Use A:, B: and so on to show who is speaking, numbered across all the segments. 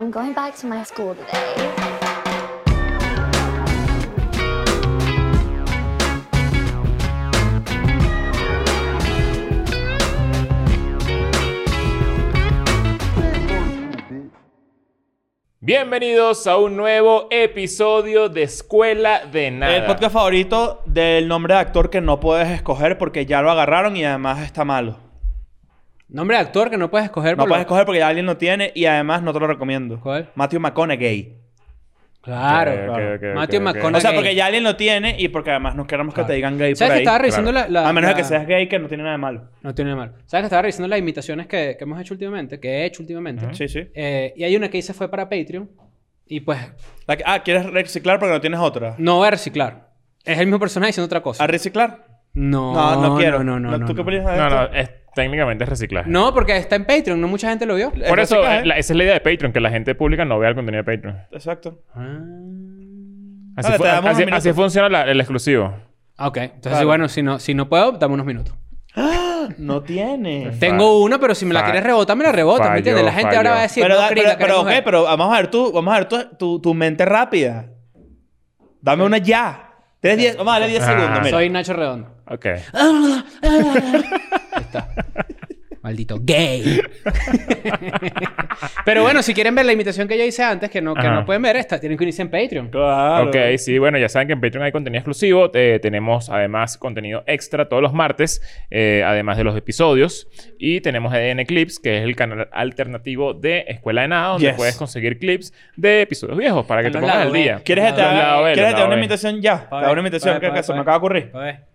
A: I'm going back to my school today.
B: Bienvenidos a un nuevo episodio de Escuela de Nada.
C: El podcast favorito del nombre de actor que no puedes escoger porque ya lo agarraron y además está malo.
D: Nombre de actor que no puedes escoger.
C: No
D: por lo-
C: puedes escoger porque ya alguien lo tiene y además no te lo recomiendo.
D: ¿Cuál?
C: Matthew McConaughey.
D: Claro.
B: Ok, ok, ok,
D: Matthew
B: ok, ok.
D: McConaughey.
C: O sea, porque ya alguien lo tiene y porque además no queremos que
D: Claro.
C: te digan gay
D: ¿Sabes
C: por
D: que
C: ahí.
D: estaba revisando
B: claro.
D: la, la-
C: A menos de que
D: la-
C: seas gay que no tiene nada de malo.
D: No tiene mal. ¿Sabes que estaba revisando las imitaciones que, que hemos hecho últimamente? Que he hecho últimamente.
C: Sí, sí.
D: Eh, y hay una que hice fue para Patreon. Y pues,
C: La que- ah, ¿quieres reciclar porque no tienes otra?
D: no voy a reciclar. Es el mismo personaje diciendo otra cosa.
C: ¿A reciclar?
D: no,
C: No, no, quiero.
D: No, no, no.
C: ¿Tú qué
D: no.
C: opinas de
B: No, no,
C: esto?
B: es- técnicamente es reciclaje.
D: No, porque está en Patreon. No mucha gente lo vio.
C: Es
B: Por eso,
C: reciclaje.
B: eh, la- esa es la idea de Patreon, que la gente pública no vea el contenido de
C: Ah,
B: Patreon.
C: Exacto. Ah.
B: Así,
C: Dale,
B: fu-
C: te damos
B: así-
C: un minuto.
B: así funciona la- el exclusivo.
D: Ah, ok. Entonces,
C: Claro.
D: bueno, si no, si no puedo, dame unos minutos.
C: No tiene.
D: Tengo una, pero si me la
B: fa-
D: quieres rebotar, me la rebotas.
B: falló,
D: ¿Me entiendes? La gente ahora
B: falló.
D: va a decir,
C: Pero,
D: no,
C: da-
D: Cris,
C: pero,
D: la
C: pero,
D: queremos
C: ok,
D: ver".
C: pero vamos a ver tú, vamos a ver tu, tu, tu mente rápida. Dame una ya. Tienes 10, vamos a darle 10
B: Ah.
C: segundos. Mira.
D: Soy Nacho Redondo.
B: Ok.
D: Ahí está. Maldito gay. Pero bueno, si quieren ver la imitación que yo hice antes, que no, que
B: Ajá.
D: no pueden ver esta, tienen que unirse en Patreon.
C: Claro.
B: Ok, sí, bueno, ya saben que en Patreon hay contenido exclusivo. Eh, tenemos además contenido extra todos los martes, eh, además de los episodios. Y tenemos EDN Clips, que es el canal alternativo de Escuela de Nada, donde
C: Yes.
B: puedes conseguir clips de episodios viejos para que
D: En
B: te
D: los
B: pongas
D: lados
B: al día.
D: B.
C: ¿Quieres que te
B: Los lados
C: haga,
B: B,
C: ¿quieres que
B: los
C: te haga una
B: lados B.
C: invitación ya? Te
D: Pa'
C: hago una
D: ver,
C: invitación
D: pa'
C: que
D: ver,
C: que
D: pa'
C: se me
D: ver.
C: acaba de ocurrir.
D: A ver,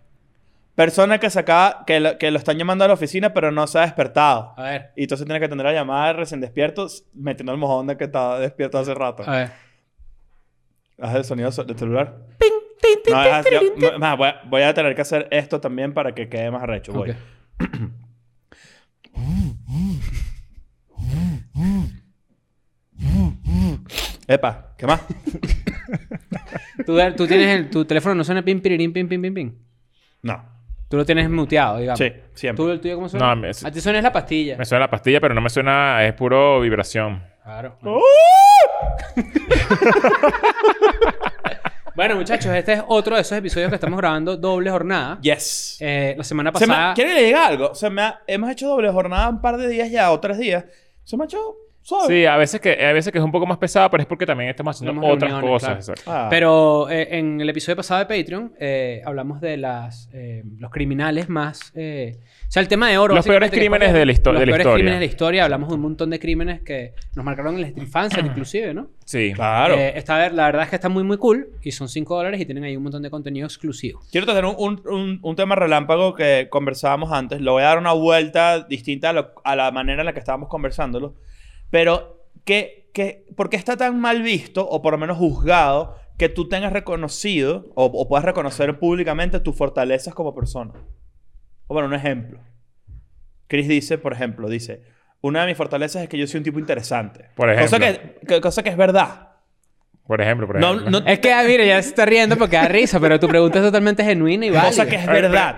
C: Persona que se acaba, que lo, que lo están llamando a la oficina pero no se ha despertado.
D: a ver,
C: Y entonces tiene que atender la llamada de recién despierto s- metiendo el mojón de que está despierto hace rato.
D: a ver.
C: Haz el sonido so- del celular. No, es así, yo- no, más, voy, a, voy a tener que hacer esto también para que quede más arrecho. Voy.
D: Ok.
C: Epa, ¿qué más?
D: ¿Tú, da- tú tienes el, tu teléfono no suena pim, pirirín, pim, pim, pim, pim.
C: No.
D: Tú lo tienes muteado, digamos.
C: Sí, siempre.
D: ¿Tú el tuyo cómo suena?
B: No, a mí es-
D: a ti suena es la pastilla.
B: Me suena la pastilla, pero no me suena, es puro vibración.
D: Claro.
C: ¡Uh!
D: bueno, muchachos, este es otro de esos episodios que estamos grabando doble jornada.
C: Yes.
D: Eh, la semana
C: Se me-
D: pasada.
C: ¿Quieren que le diga algo? Se me ha- hemos hecho doble jornada un par de días ya o tres días. Se me ha hecho suave.
B: Sí, a veces que, a veces que es un poco más pesada, pero es porque también estamos haciendo
D: Tenemos
B: otras
D: reuniones,
B: cosas.
D: claro.
B: exacto.
C: Ah,
D: Pero eh, en el episodio pasado de Patreon eh, hablamos de las, eh, los criminales más... eh, o sea, el tema de oro...
B: Los peores
D: básicamente, que
B: crímenes
D: fue-
B: de la histo-
D: Los
B: de la
D: peores
B: historia.
D: crímenes de la historia. Hablamos de un montón de crímenes que nos marcaron en la infancia
B: Mm.
D: inclusive, ¿no?
B: Sí.
C: Claro.
D: Eh, esta vez, la verdad es que está muy, muy cool. Y son 5 dólares y tienen ahí un montón de contenido exclusivo.
C: Quiero tener un, un- un- un tema relámpago que conversábamos antes. Lo voy a dar una vuelta distinta a, lo- a la manera en la que estábamos conversándolo. Pero, ¿qué, qué, por qué está tan mal visto o por lo menos juzgado que tú tengas reconocido o, o puedas reconocer públicamente tus fortalezas como persona? O bueno, un ejemplo. Chris dice, por ejemplo, dice, una de mis fortalezas es que yo soy un tipo interesante.
B: Por ejemplo.
C: Cosa que, que- cosa que es verdad.
B: Por ejemplo, por
C: No,
B: ejemplo.
C: no,
D: Es que, ah, mire, ya se está riendo porque da risa, pero tu pregunta es totalmente genuina y válida.
C: cosa que es
B: Eh,
C: verdad.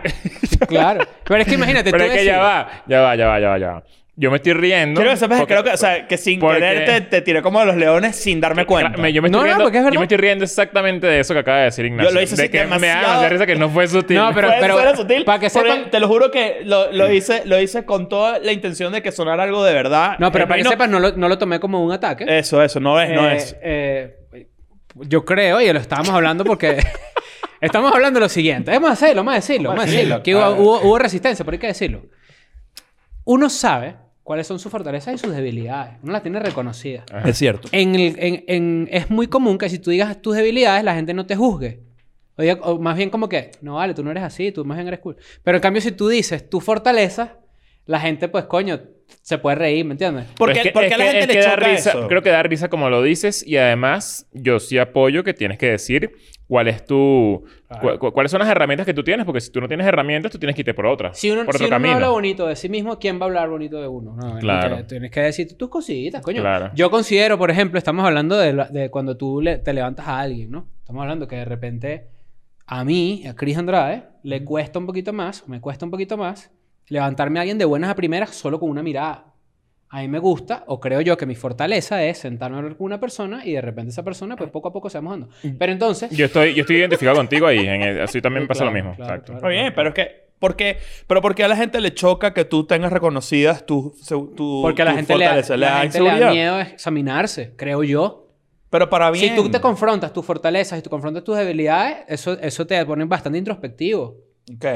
D: Claro. Pero es que imagínate,
B: Pero
D: tú
B: es que
D: decir-
B: ya va, ya va, ya va, ya va, ya va. Yo me estoy riendo.
C: Quiero que sepas que
B: porque-
C: creo que, o sea, que sin
B: porque-
C: querer te, te tiré como a los leones sin darme cuenta.
B: Me- yo me estoy
D: No, no,
B: riendo,
D: porque es verdad.
B: Yo me estoy riendo exactamente de eso que acaba de decir Ignacio.
C: Yo lo hice
B: de
C: así
B: que me
C: demasiado-
B: da demasiada risa que no fue sutil.
D: No, pero-
C: Fue-
D: pero-
C: suena sutil,
D: para que
C: porque
D: sepan-
C: Te lo juro que lo, lo hice, lo hice con toda la intención de que sonara algo de verdad.
D: No, pero
C: Eh,
D: para que sepas, no lo, no lo tomé como un ataque.
C: Eso, eso. No es, no
D: Eh,
C: es.
D: eh, yo creo, y lo estábamos hablando porque... estamos hablando de lo siguiente. Vamos a hacerlo, vamos a decirlo, vamos a decirlo. Que hubo, hubo- hubo resistencia, pero hay que decirlo. Uno sabe cuáles son sus fortalezas y sus debilidades. Uno las tiene reconocidas.
C: Es cierto.
D: En el- en- en- es muy común que si tú digas tus debilidades, la gente no te juzgue. O, diga- o más bien como que, no vale, tú no eres así, tú más bien eres cool. Pero en cambio, si tú dices tus fortalezas, la gente, pues, coño, se puede reír, ¿me entiendes?
C: ¿Por
B: Pero
C: qué,
B: es que-
C: por qué
B: es
C: a la
B: que-
C: gente
B: es
C: le
B: que da
C: choca
B: risa,
C: eso?
B: Creo que da risa como lo dices y además yo sí apoyo que tienes que decir cuál es tu... cu- cu- cuáles son las herramientas que tú tienes porque si tú no tienes herramientas tú tienes que irte por otras.
D: Si uno,
B: por
D: si
B: otro
D: uno no
B: camino.
D: habla bonito de sí mismo, ¿quién va a hablar bonito de uno? No,
B: Claro.
D: tienes que- Tienes que decir tus cositas, coño.
B: Claro.
D: Yo considero, por ejemplo, estamos hablando de, la- de cuando tú le- te levantas a alguien, ¿no? Estamos hablando que de repente a mí, a Chris Andrade, le cuesta un poquito más, me cuesta un poquito más levantarme a alguien de buenas a primeras solo con una mirada. A mí me gusta, o creo yo que mi fortaleza es sentarme a hablar con una persona y de repente esa persona, pues poco a poco se va mojando. Pero entonces,
B: Mm. Yo estoy, yo estoy identificado contigo ahí. En el- así también
D: Sí,
B: pasa lo
D: claro,
B: mismo.
D: claro,
B: Exacto.
D: claro.
C: Muy bien, pero es que. ¿Por qué? ¿Pero por qué a la gente le choca que tú tengas reconocidas tu, tu, tu
D: porque a la gente, le da,
C: fortaleza?
D: la
C: da
D: gente le da
C: inseguridad.
D: miedo examinarse, creo yo.
C: Pero para bien.
D: Si tú te confrontas tus fortalezas y tú confrontas tus debilidades, eso, eso te pone bastante introspectivo.
C: Ok.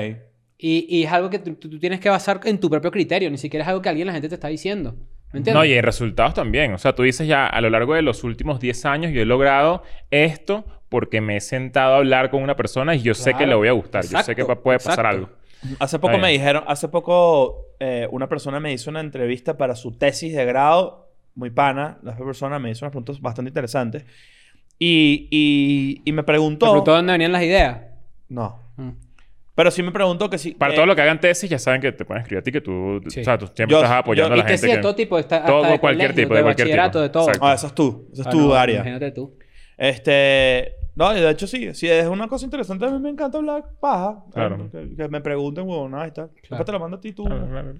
D: Y, y es algo que tú, tú tienes que basar en tu propio criterio, ni siquiera es algo que alguien la gente te está diciendo. ¿Me entiendes?
B: No, y en resultados también. O sea, tú dices ya, a lo largo de los últimos 10 años yo he logrado esto porque me he sentado a hablar con una persona y yo sé que
D: Claro.
B: le voy a gustar. yo sé
D: Exacto,
B: que pa- puede pasar
D: exacto.
B: algo.
C: Hace poco
B: Está
C: me
B: bien.
C: dijeron, hace poco eh, una persona me hizo una entrevista para su tesis de grado, muy pana, la persona me hizo unas preguntas bastante interesantes y, y, y me
D: Te
C: preguntó,
D: preguntó dónde venían las ideas.
C: no,
D: Mm.
C: pero sí me preguntó que si
B: Para
C: eh,
B: todo lo que hagan tesis, ya saben que te pueden escribir a ti que tú,
D: Sí.
B: o sea, tú siempre
C: Yo-
B: estás apoyando
C: yo-
B: a
D: Y
B: la
D: que sí,
B: gente.
D: de
B: que-
D: todo tipo, está,
B: todo,
D: hasta de
B: cualquier
D: colegio,
B: tipo,
D: de
B: de cualquier
D: bachillerato,
B: tipo.
D: de todo.
B: Exacto.
C: ah, esa es tú, esa es
D: Ah,
C: tu
D: no,
C: área.
D: Imagínate tú.
C: Este, no, y de hecho sí, sí es una cosa interesante, a mí me encanta hablar paja,
B: Claro.
C: Eh, que, que me pregunten, huevón, ahí está. Después te la mando a ti tú.
B: Claro, claro.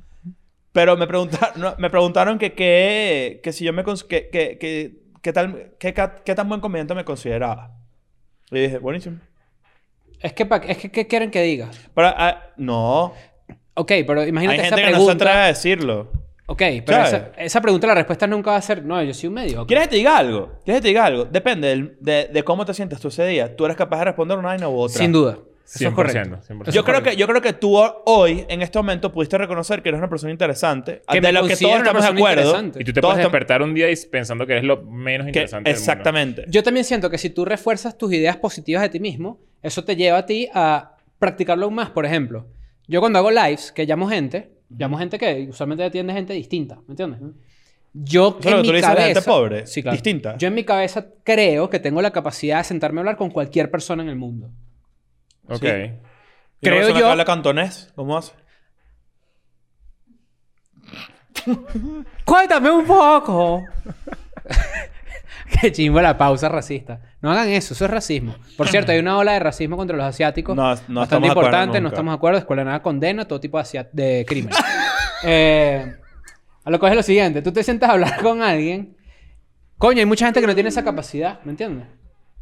C: Pero me preguntaron, no, me preguntaron que, que, que si yo me cons- que, que, que, que tal, que, ca- qué tan buen comediante me consideraba. Y dije, buenísimo.
D: Es que, pa- es que, ¿qué quieren que diga?
C: Pero, ah, no.
D: Ok, pero
C: Hay
D: imagínate esa
C: gente que no se atreve
D: pregunta.
C: a decirlo.
D: ok, pero
C: ¿Sabes?
D: esa, esa pregunta, la respuesta nunca va a ser, no, yo soy un medio.
C: ¿Quieres que te diga algo? ¿Quieres que te diga algo? Depende del- de, de cómo te sientes tú ese día. Tú eres capaz de responder una vaina u otra.
D: Sin duda. Eso es
B: 100%,
D: correcto.
B: 100%.
D: Eso es
C: Yo creo,
D: correcto.
C: que, yo creo que tú ho- hoy, en este momento, pudiste reconocer que eres una persona interesante.
D: Que
C: de
D: me
C: lo que todos
D: considero una
C: estamos de
D: persona
C: acuerdo.
D: interesante.
B: Y tú te
C: Todos
B: puedes
C: estamos-
B: despertar un día y pensando que eres lo menos
C: que-
B: interesante. del mundo.
C: exactamente.
D: Yo también siento que si tú refuerzas tus ideas positivas de ti mismo, eso te lleva a ti a practicarlo aún más. Por ejemplo, yo cuando hago lives, que llamo gente, llamo gente que usualmente atiende gente distinta, ¿me entiendes? Yo
C: Eso es lo que
D: en mi
C: tú le dices a la
D: cabeza,
C: gente pobre,
D: Sí, claro.
C: distinta.
D: Yo en mi cabeza creo que tengo la capacidad de sentarme a hablar con cualquier persona en el mundo.
B: Ok.
C: Sí. ¿Y una
D: creo
C: persona
D: yo-
C: que habla cantonés? ¿Cómo hace?
D: Cuéntame un poco. Qué chimbo la pausa racista. No hagan eso, eso es racismo. Por cierto, hay una ola de racismo contra los asiáticos.
C: No, no estamos de
D: bastante
C: acuerdo
D: importante,
C: nunca.
D: no estamos de acuerdo. Escuela de nada condena todo tipo de, asia- de crimen. Eh, a lo que es lo siguiente: tú te sientas a hablar con alguien. Coño, hay mucha gente que no tiene esa capacidad, ¿me entiendes?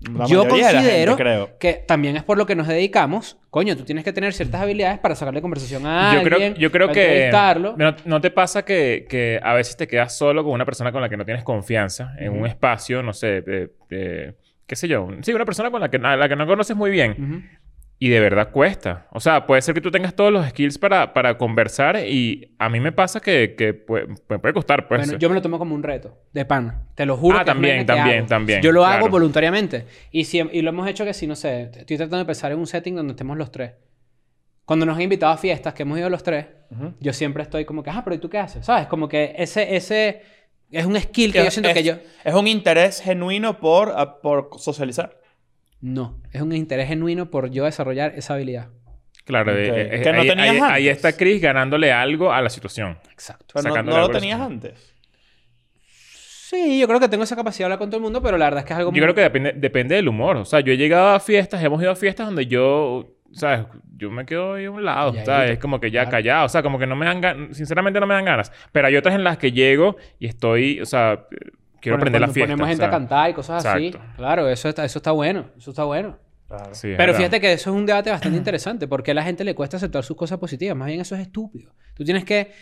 C: La mayoría de
D: Yo
C: la gente,
D: considero
C: creo.
D: que también es por lo que nos dedicamos. Coño, tú tienes que tener ciertas habilidades para sacarle conversación a
B: Yo creo,
D: alguien.
B: yo creo
D: para
B: que.
D: entrevistarlo.
B: No, ¿no te pasa que, que a veces te quedas solo con una persona con la que no tienes confianza en un espacio, no sé, de- de- qué sé yo? un- Sí, una persona con la que, a la que no conoces muy bien.
D: Ujú.
B: Y de verdad cuesta. O sea, puede ser que tú tengas todos los skills para, para conversar y a mí me pasa que, que pue- me puede costar, pues.
D: Bueno, yo me lo tomo como un reto, de pana. Te lo juro.
B: Ah,
D: que es una
B: también,
D: vaina que
B: también,
D: hago.
B: también,
D: Yo lo
B: claro.
D: hago voluntariamente. Y, si, y lo hemos hecho que si, no sé, estoy tratando de pensar en un setting donde estemos los tres. Cuando nos han invitado a fiestas que hemos ido los tres,
C: Ujú.
D: yo siempre estoy como que, ah, pero ¿y tú qué haces? ¿Sabes? Como que ese, ese es un skill que
C: Es-
D: yo siento que
C: es-
D: yo...
C: Es un interés genuino por, a- por socializar.
D: No, es un interés genuino por yo desarrollar esa habilidad.
B: Claro,
C: Ok.
B: eh, eh,
C: Que no
B: ahí,
C: tenías
B: ahí- ahí
C: antes.
B: está Chris ganándole algo a la situación.
D: Exacto.
C: Pero no,
B: Sacando
C: no
B: la
C: lo
B: conversación.
C: tenías antes.
D: Sí, yo creo que tengo esa capacidad de hablar con todo el mundo, pero la verdad es que es algo
B: Yo creo que depende, depende del humor. O sea, yo he llegado a fiestas, hemos ido a fiestas donde yo, ¿sabes? Yo me quedo ahí a un lado,
D: Ya,
B: ¿sabes?
D: ahí,
B: Es como que ya
D: claro.
B: callado. O sea, como que no me dan ganas, sinceramente no me dan ganas. Pero hay otras en las que llego y estoy, o sea, quiero
D: Bueno,
B: aprender la
D: cuando
B: fiesta.
D: Ponemos
B: o
D: gente
B: sea.
D: a cantar y cosas así.
B: Exacto.
D: Claro, eso está, eso está bueno. Eso está bueno.
C: Claro.
B: Sí, es
D: Pero
B: verdad.
D: fíjate que eso es un debate bastante interesante, porque a la gente le cuesta aceptar sus cosas positivas, más bien eso es estúpido. Tú tienes que,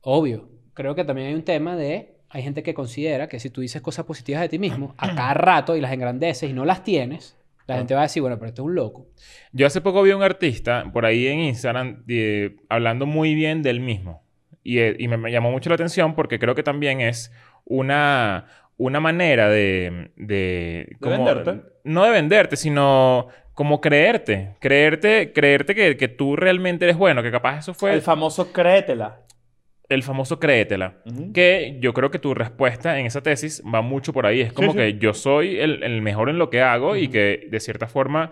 D: obvio, creo que también hay un tema de, hay gente que considera que si tú dices cosas positivas de ti mismo, a cada rato y las engrandeces y no las tienes, la gente va a decir, bueno, pero este es un loco.
B: Yo hace poco vi a un artista por ahí en Instagram eh, hablando muy bien del mismo. Y, eh, y me, me llamó mucho la atención porque creo que también es una, una manera de... De,
C: venderte.
B: No de venderte, sino como creerte. Creerte, creerte que, que tú realmente eres bueno. Que capaz eso fue
D: Pues
C: El
B: el,
C: famoso créetela.
B: famoso créetela.
C: Ujú.
B: Que yo creo que tu respuesta en esa tesis va mucho por ahí. Es como
C: sí.
B: que yo soy el, el mejor en lo que hago y que de cierta forma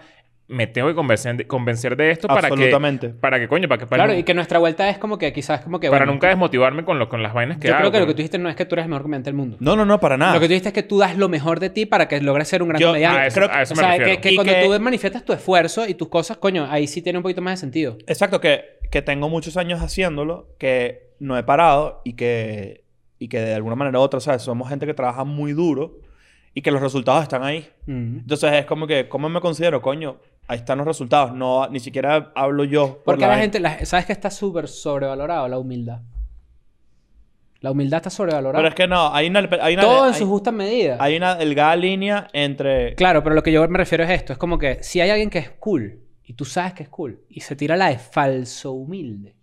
B: me tengo que convencer, convencer de esto para que
C: Absolutamente.
B: para que coño, para que para,
D: claro,
B: nu-
D: y que nuestra vuelta es como que quizás como que...
B: para
D: bueno,
B: nunca desmotivarme con, los con las vainas que
D: Yo
B: hago.
D: creo que lo que
B: pues.
D: tú dijiste no es que tú eres el mejor comediante del mundo.
C: No, no, no, para
B: Ah.
C: nada.
D: Lo que tú dijiste es que tú das lo mejor de ti para que logres ser un gran
C: Yo-
D: comediante.
B: a eso,
C: creo que-
B: a ah, eso
D: o
B: me
D: sea,
B: refiero.
D: que, que
C: Y
D: cuando
C: que-
D: tú manifiestas tu esfuerzo y tus cosas, coño, ahí sí tiene un poquito más de sentido.
C: Exacto, que, que tengo muchos años haciéndolo, que no he parado y que, y que de alguna manera u otra, ¿sabes? Somos gente que trabaja muy duro y que los resultados están ahí.
D: Mm.
C: Entonces es como que, ¿cómo me considero, coño? Ahí están los resultados. No, ni siquiera hablo yo. por
D: Porque la
C: gente.
D: gente, la- ¿sabes que está súper sobrevalorado la humildad? La humildad está sobrevalorada.
C: Pero es que no, hay una, hay una,
D: Todo en
C: hay-
D: su justa medida.
C: hay una delgada línea entre...
D: Claro, pero lo que yo me refiero es esto. Es como que si hay alguien que es cool y tú sabes que es cool y se tira la de falso humilde.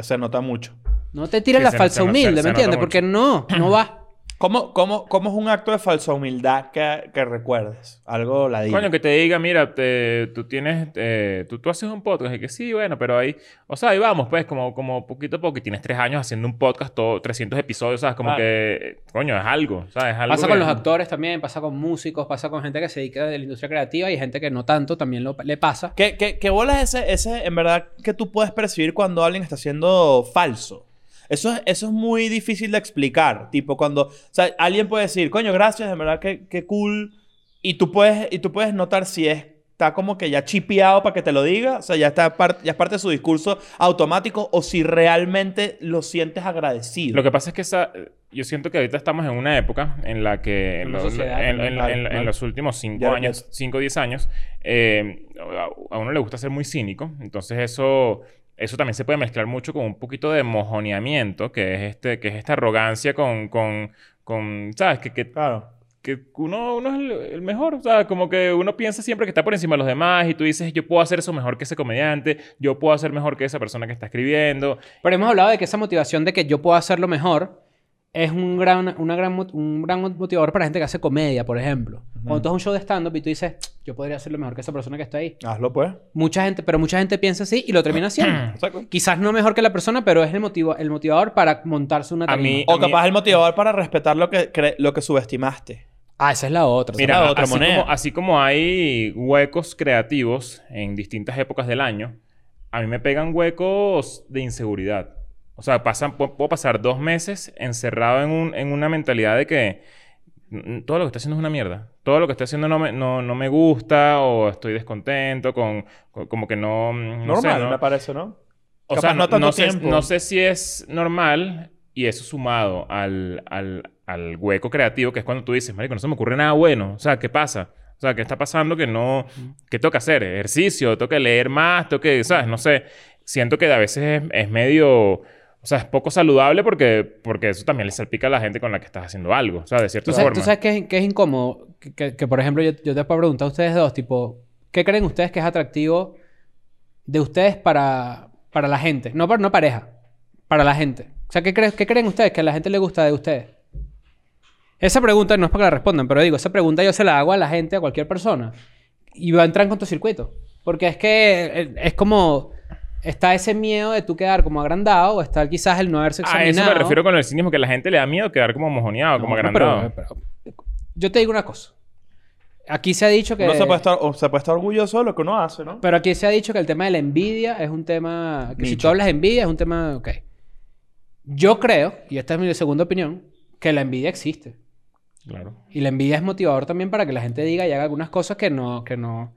C: Se nota mucho.
D: No te tires
B: Sí,
D: la
B: se-
D: falsa
B: se- se-
D: humilde,
B: se nota
D: ¿me entiendes?
B: mucho.
D: Porque no, no va.
C: ¿Cómo, cómo, cómo es un acto de falsa humildad que, que recuerdes? Algo ladillo.
B: Coño, que te diga, mira, te- tú tienes, eh, tú, tú haces un podcast y que sí, bueno, pero ahí, o sea, ahí vamos, pues, como, como poquito a poco, y tienes tres años haciendo un podcast, todo, 300 episodios, ¿sabes? Como
C: Claro.
B: que, eh, coño, es algo, ¿sabes? Es algo
D: Pasa
B: que-
D: con los actores también, pasa con músicos, pasa con gente que se dedica de la industria creativa y gente que no tanto también lo- le pasa.
C: ¿Qué, qué, qué bola es ese, ese, en verdad, que tú puedes percibir cuando alguien está siendo falso? Eso es, eso es muy difícil de explicar. Tipo, cuando... O sea, alguien puede decir, coño, gracias, en verdad, qué, qué cool. Y tú, puedes, y tú puedes notar si es, está como que ya chipeado para que te lo diga. O sea, ya, está par- ya es parte de su discurso automático. O si realmente lo sientes agradecido.
B: Lo que pasa es que esa, eh, yo siento que ahorita estamos en una época en la que
D: En
B: en,
D: la
B: los-
D: sociedad
B: en-
D: también,
B: en-
C: claro,
B: en- en
C: claro.
B: los últimos 5
C: Ya, ya.
B: años, 5 o 10 años, eh, a, a uno le gusta ser muy cínico. Entonces eso, eso también se puede mezclar mucho con un poquito de mojoneamiento, que es, este, que es esta arrogancia con... con con, ¿sabes? Que, que
C: Claro.
B: que uno, uno es el, el mejor. O sea, como que uno piensa siempre que está por encima de los demás y tú dices, yo puedo hacer eso mejor que ese comediante, yo puedo hacer mejor que esa persona que está escribiendo.
D: Pero hemos hablado de que esa motivación de que yo puedo hacerlo mejor es un gran, una gran, mot- un gran motivador para gente que hace comedia, por ejemplo. Cuando tú haces un show de stand-up y tú dices, yo podría hacerlo mejor que esa persona que está ahí.
C: Hazlo, pues.
D: Mucha gente, pero mucha gente piensa así y lo termina haciendo.
C: Exacto.
D: Quizás no mejor que la persona, pero es el, motivo, el motivador para montarse una
B: A
D: tarima.
B: mí-
C: O capaz el motivador para respetar lo que, cre- lo que subestimaste.
D: Ah, esa es la otra.
B: Mira,
C: la
B: a-
C: otra
B: así,
C: moneda.
B: como, así como hay huecos creativos en distintas épocas del año, a mí me pegan huecos de inseguridad. O sea, pasan, pu- puedo pasar dos meses encerrado en, un- en una mentalidad de que mm, todo lo que estoy haciendo es una mierda. Todo lo que estoy haciendo no me, no, no me gusta o estoy descontento con... con- Como que no... mm, no sé,
C: Normal,
B: no-
C: me parece, ¿no?
B: O
C: Capaz
B: sea,
C: no
B: no,
C: tanto
B: no sé,
C: tiempo.
B: no sé si es normal y eso sumado al, al, al hueco creativo, que es cuando tú dices, marico, no se me ocurre nada bueno. O sea, ¿qué pasa? O sea, ¿qué está pasando que no... ¿Qué toca hacer? ¿Ejercicio? ¿Toca leer más? ¿Toca...? ¿Sabes? No sé. Siento que a veces es, es medio... O sea, es poco saludable porque, porque eso también le salpica a la gente con la que estás haciendo algo. O sea, de cierta
D: ¿Tú sabes,
B: forma.
D: tú sabes que, es, que es incómodo? Que, que- que, por ejemplo, yo, yo te puedo preguntar a ustedes dos, tipo, ¿qué creen ustedes que es atractivo de ustedes para, para la gente? No para no pareja, para la gente. O sea, ¿qué, cre- ¿qué creen ustedes que a la gente le gusta de ustedes? Esa pregunta no es para que la respondan, pero digo, esa pregunta yo se la hago a la gente, a cualquier persona. Y va a entrar en cortocircuito. Porque es que eh, es como... Está ese miedo de tú quedar como agrandado o está quizás el no haberse
B: A
D: examinado.
B: eso me refiero con el cinismo, que a la gente le da miedo quedar como mojoneado, como
D: No,
B: agrandado.
D: pero- eh, pero- yo te digo una cosa. Aquí se ha dicho que.
C: Uno se puede, estar, o se puede estar orgulloso de lo que uno hace, ¿no?
D: Pero aquí se ha dicho que el tema de la envidia es un tema. Que si tú
C: Nicho.
D: hablas de envidia, es un tema. Ok. Yo creo, y esta es mi segunda opinión, que la envidia existe.
B: Claro.
D: Y la envidia es motivador también para que la gente diga y haga algunas cosas que no, que no,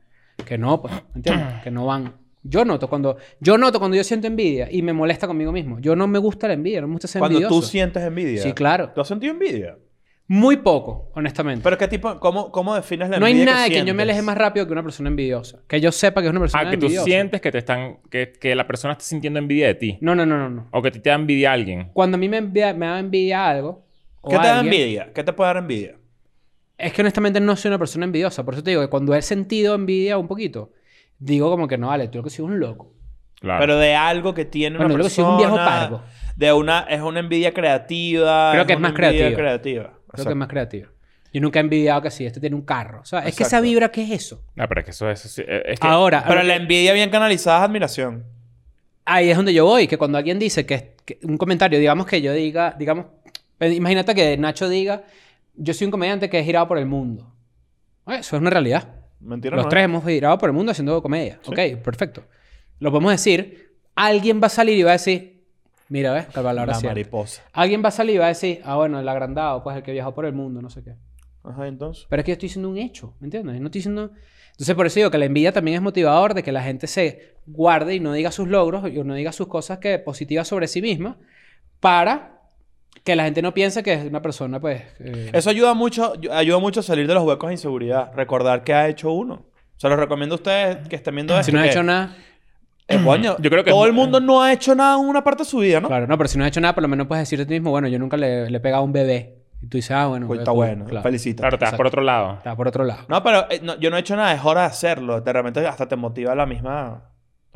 D: que no, pues, ¿me ¿entiendes? Que no van. Yo noto cuando, yo noto cuando yo siento envidia y me molesta conmigo mismo. Yo no me gusta la envidia, no me gusta ser
C: Cuando
D: envidioso.
C: tú sientes envidia.
D: Sí, claro.
C: ¿Tú has sentido envidia?
D: Muy poco, honestamente.
C: Pero qué tipo, ¿cómo, cómo defines la
D: No hay
C: envidia?
D: nada que, yo
C: sientes?
D: me aleje más rápido que una persona envidiosa. Que yo sepa que es una persona
B: Ah, que tú
D: envidiosa.
B: sientes que te están... Que, que la persona está sintiendo envidia de ti.
D: No, no, no, no, no.
B: O que a ti te da envidia alguien.
D: Cuando a mí me, envia- me da envidia algo. o
C: ¿Qué te da
D: alguien,
C: envidia? ¿Qué te puede dar envidia?
D: Es que honestamente no soy una persona envidiosa. Por eso te digo que cuando he sentido envidia un poquito, digo como que no, vale, tú lo que soy un loco.
B: Claro.
C: Pero de algo que tiene
D: Bueno,
C: una
D: yo creo que soy
C: persona.
D: un viejo pargo.
C: De una... Es una envidia creativa.
D: Creo que es
C: una
D: más
C: envidia
D: creativa.
C: creativa.
D: Creo
C: Exacto.
D: que es más creativo. Yo nunca he envidiado que sí, este tiene un carro. O sea, es que esa
C: Exacto. Ah,
D: vibra, ¿qué es eso?
B: No, Ah, pero es que eso es... eso sí, eh, es que-
D: Ahora,
C: Pero la envidia bien canalizada es admiración.
D: ahí es donde yo voy, que cuando alguien dice que, que un comentario, digamos que yo diga, digamos, eh, imagínate que Nacho diga, yo soy un comediante que he girado por el mundo. Eh, Eso es una realidad.
C: Mentira,
D: Los
C: no
D: tres
C: es.
D: hemos girado por el mundo haciendo comedia. Ok, perfecto. Lo podemos decir, alguien va a salir y va a decir, mira, ves, la palabra
C: La
D: cierta".
C: mariposa.
D: Alguien va a salir y va a decir, ah, bueno, el agrandado, pues el que viajó por el mundo, no sé qué.
C: Ajá, entonces.
D: Pero es que yo estoy diciendo un hecho, ¿me entiendes? No estoy diciendo... Entonces, por eso digo que la envidia también es motivador de que la gente se guarde y no diga sus logros y no diga sus cosas que positivas sobre sí misma para que la gente no piensa que es una persona, pues... eh,
C: Eso ayuda mucho, ayuda mucho a salir de los huecos de inseguridad. Recordar que ha hecho uno. Se los recomiendo a ustedes que estén viendo esto.
D: si no ha
C: que-
D: hecho nada...
C: Eh, coño,
B: Yo creo que-
C: todo el mundo no ha hecho nada en una parte de su vida, ¿no?
D: Claro, no, pero si no has hecho nada, por lo menos puedes decirte a ti mismo, bueno, yo nunca le, le he pegado a un bebé. Y tú dices, ah,
C: Coño,
D: bueno. qué
C: Pues está
D: cool.
C: bueno.
D: Claro.
C: Felicita.
B: Claro, te vas por otro lado.
D: Está por otro lado.
C: No, pero eh, no, yo no he hecho nada. Es hora de hacerlo. De repente hasta te motiva la misma,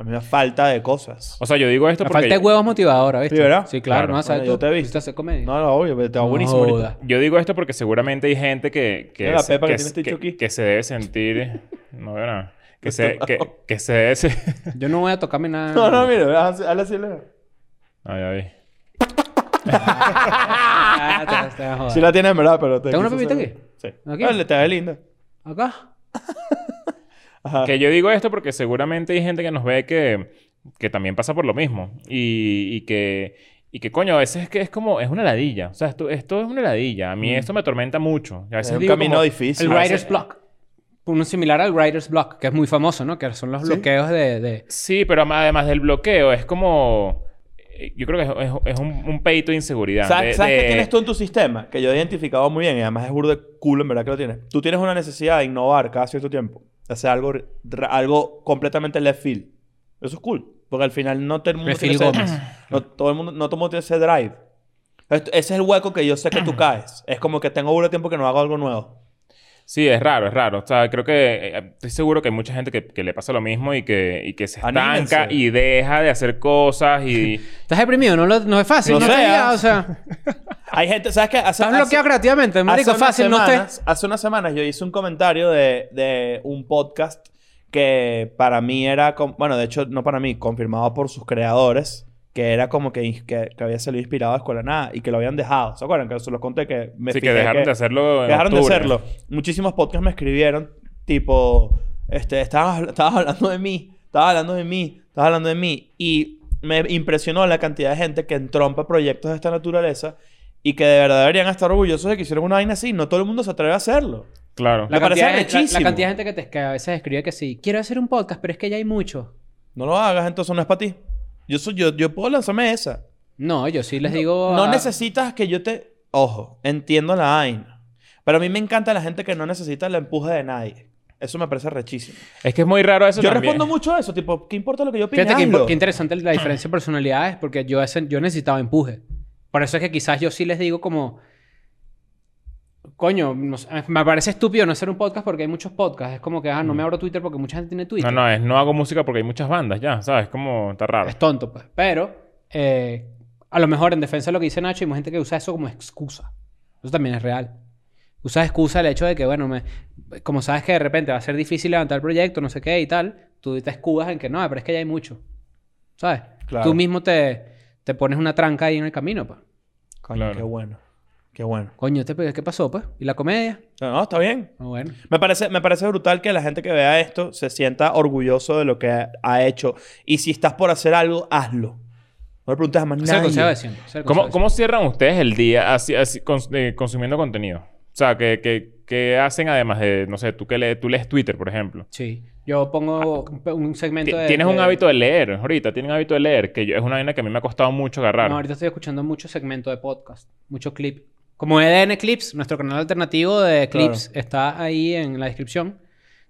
C: la misma falta de cosas.
B: O sea, yo digo esto
D: La
B: porque...
D: falta de huevos motivadora, ¿viste?
C: Sí, ¿verdad?
D: Sí, claro.
B: Claro.
D: No, sabes
C: Bueno, yo
D: tú,
C: te he
D: tú
C: visto.
D: haces comedia.
C: No, no, obvio. pero Te va
D: No
C: buenísimo ahorita.
D: joda.
B: Yo digo esto porque seguramente hay gente que... que
C: Mira la
B: se-
C: pepa que
B: que,
C: tiene este
B: que-
C: bicho aquí.
B: que se debe sentir... No veo nada. Que se, que, que se debe... se-
D: Yo no voy a tocarme nada.
C: No, no, mire. haz- Hazle así. le-
B: Ah, ya vi.
D: Ah, te- te vas a joder.
C: Sí la tienes, en verdad, pero...
D: ¿Tengo una
C: quiso
D: pepita
C: hacer-
D: aquí?
C: Sí.
D: ¿Aquí?
C: Dale, te ve linda.
D: ¿Acá?
C: Ajá.
B: Que yo digo esto porque seguramente hay gente que nos ve que, que también pasa por lo mismo. Y, y que, y que, coño, a veces es que es como, es una ladilla. O sea, esto, esto es una ladilla. A mí esto me atormenta mucho. Y A veces
C: Mm. Es un
B: digo
C: camino
B: como-
C: difícil. Ah,
D: El
B: a
D: writer's
B: veces-
D: block. Uno similar al writer's block, que es muy famoso, ¿no? Que son los bloqueos de... de-
B: Sí, pero ama- además del bloqueo, es como. eh, Yo creo que es, es- es un, un peito de inseguridad.
C: ¿Sabes,
B: de-
C: sabes
B: de-
C: qué tienes tú en tu sistema? Que yo he identificado muy bien y además es burda de culo en verdad que lo tienes. Tú tienes una necesidad de innovar cada cierto tiempo. Hacer algo, ra- algo completamente left field. Eso es cool. Porque al final no todo el mundo
D: Left field
C: tiene ese-
D: Gómez.
C: No todo el mundo, no todo el mundo tiene ese drive. Esto- ese es el hueco que yo sé que tú caes. Es como que tengo burda de tiempo que no hago algo nuevo.
B: Sí, es raro, es raro. O sea, creo que eh, estoy seguro que hay mucha gente que, que le pasa lo mismo y que, y que se estanca
C: Anímense.
B: y deja de hacer cosas y.
D: Estás deprimido, no, lo- no es fácil.
C: No
D: No, te
C: seas.
D: digas, o sea...
C: Hay gente, ¿sabes qué? Hace-
D: Estás
C: hace-
D: bloqueado creativamente,
C: hace
D: marico.
C: unas
D: Fácil, no estés...
C: semanas- Hace unas semanas yo hice un comentario de, de un podcast que para mí era... com- Bueno, de hecho, no para mí. Confirmado por sus creadores. Que era como que, ins- que, que había salido inspirado de Escuela de Nada. Y que lo habían dejado. ¿Se acuerdan? Que se los conté que me
B: sí, que
C: fijé
B: dejaron de hacerlo. en
C: Dejaron de
B: octubre.
C: hacerlo. Muchísimos podcasts me escribieron, tipo, este, estabas, habl- estabas hablando de mí, estabas hablando de mí, estabas hablando de mí. Y me impresionó la cantidad de gente que entrompa proyectos de esta naturaleza y que de verdad deberían estar orgullosos de que hicieron una vaina así. No todo el mundo se atreve a hacerlo.
B: Claro.
C: Me
D: La
C: parece
D: cantidad, de, la- la,
C: arrechísimo.
D: cantidad de gente que, te, que a veces escribe que sí, quiero hacer un podcast, pero es que ya hay mucho.
C: No lo hagas, entonces no es para ti. Yo, soy, yo, yo puedo lanzarme esa.
D: No, yo sí les digo...
C: No
D: a-
C: necesitas que yo te... Ojo, entiendo la vaina. Pero a mí me encanta la gente que no necesita el empuje de nadie. Eso me parece rechísimo.
B: Es que es muy raro eso
C: Yo
B: también.
C: respondo mucho a eso, tipo, ¿qué importa lo que yo opine?
D: Fíjate que
C: Hazlo.
D: impo- qué interesante la diferencia de personalidades, porque yo, ese- yo necesitaba empuje. Por eso es que quizás yo sí les digo como... Coño, no sé, me parece estúpido no hacer un podcast porque hay muchos podcasts. Es como que, ah, no
C: Mm.
D: me abro Twitter porque mucha gente tiene
B: No,
D: Twitter.
B: no, es no hago música porque hay muchas bandas ya, ¿sabes? Como está raro.
D: Es tonto, pues. Pero, eh, a lo mejor en defensa de lo que dice Nacho, hay gente que usa eso como excusa. Eso también es real. Usa de excusa el hecho de que, bueno, me, como sabes que de repente va a ser difícil levantar el proyecto, no sé qué y tal, tú te escudas en que no, pero es que ya hay mucho. ¿Sabes?
C: Claro.
D: Tú mismo te, te pones una tranca ahí en el camino, pues.
C: Coño,
B: Claro.
C: qué bueno. Qué bueno.
D: Coño, este pe- ¿qué pasó, pues? ¿Y la comedia?
C: No, no, está bien.
D: Ah, bueno.
C: Me parece, me parece brutal que la gente que vea esto se sienta orgulloso de lo que ha, ha hecho. Y si estás por hacer algo, hazlo. No le preguntes a más
D: Ese es el
C: nadie.
D: consejo de siempre. ese es el
B: ¿Cómo,
D: consejo de
B: cómo cierran ustedes el día así, así, cons- eh, consumiendo contenido? O sea, ¿qué, qué, qué hacen además de, no sé, tú que lees, tú lees Twitter, por ejemplo?
D: siempre. Sí. Yo pongo un, pe- un segmento
B: Ah, Ti-
D: de...
B: Tienes un
D: de-
B: hábito de leer, ahorita tienen hábito de leer, que yo- es una vaina que a mí me ha costado mucho agarrar.
D: No, ahorita estoy escuchando mucho segmento de podcast, mucho clip. Como EDN Clips, nuestro canal alternativo de clips está ahí en la descripción.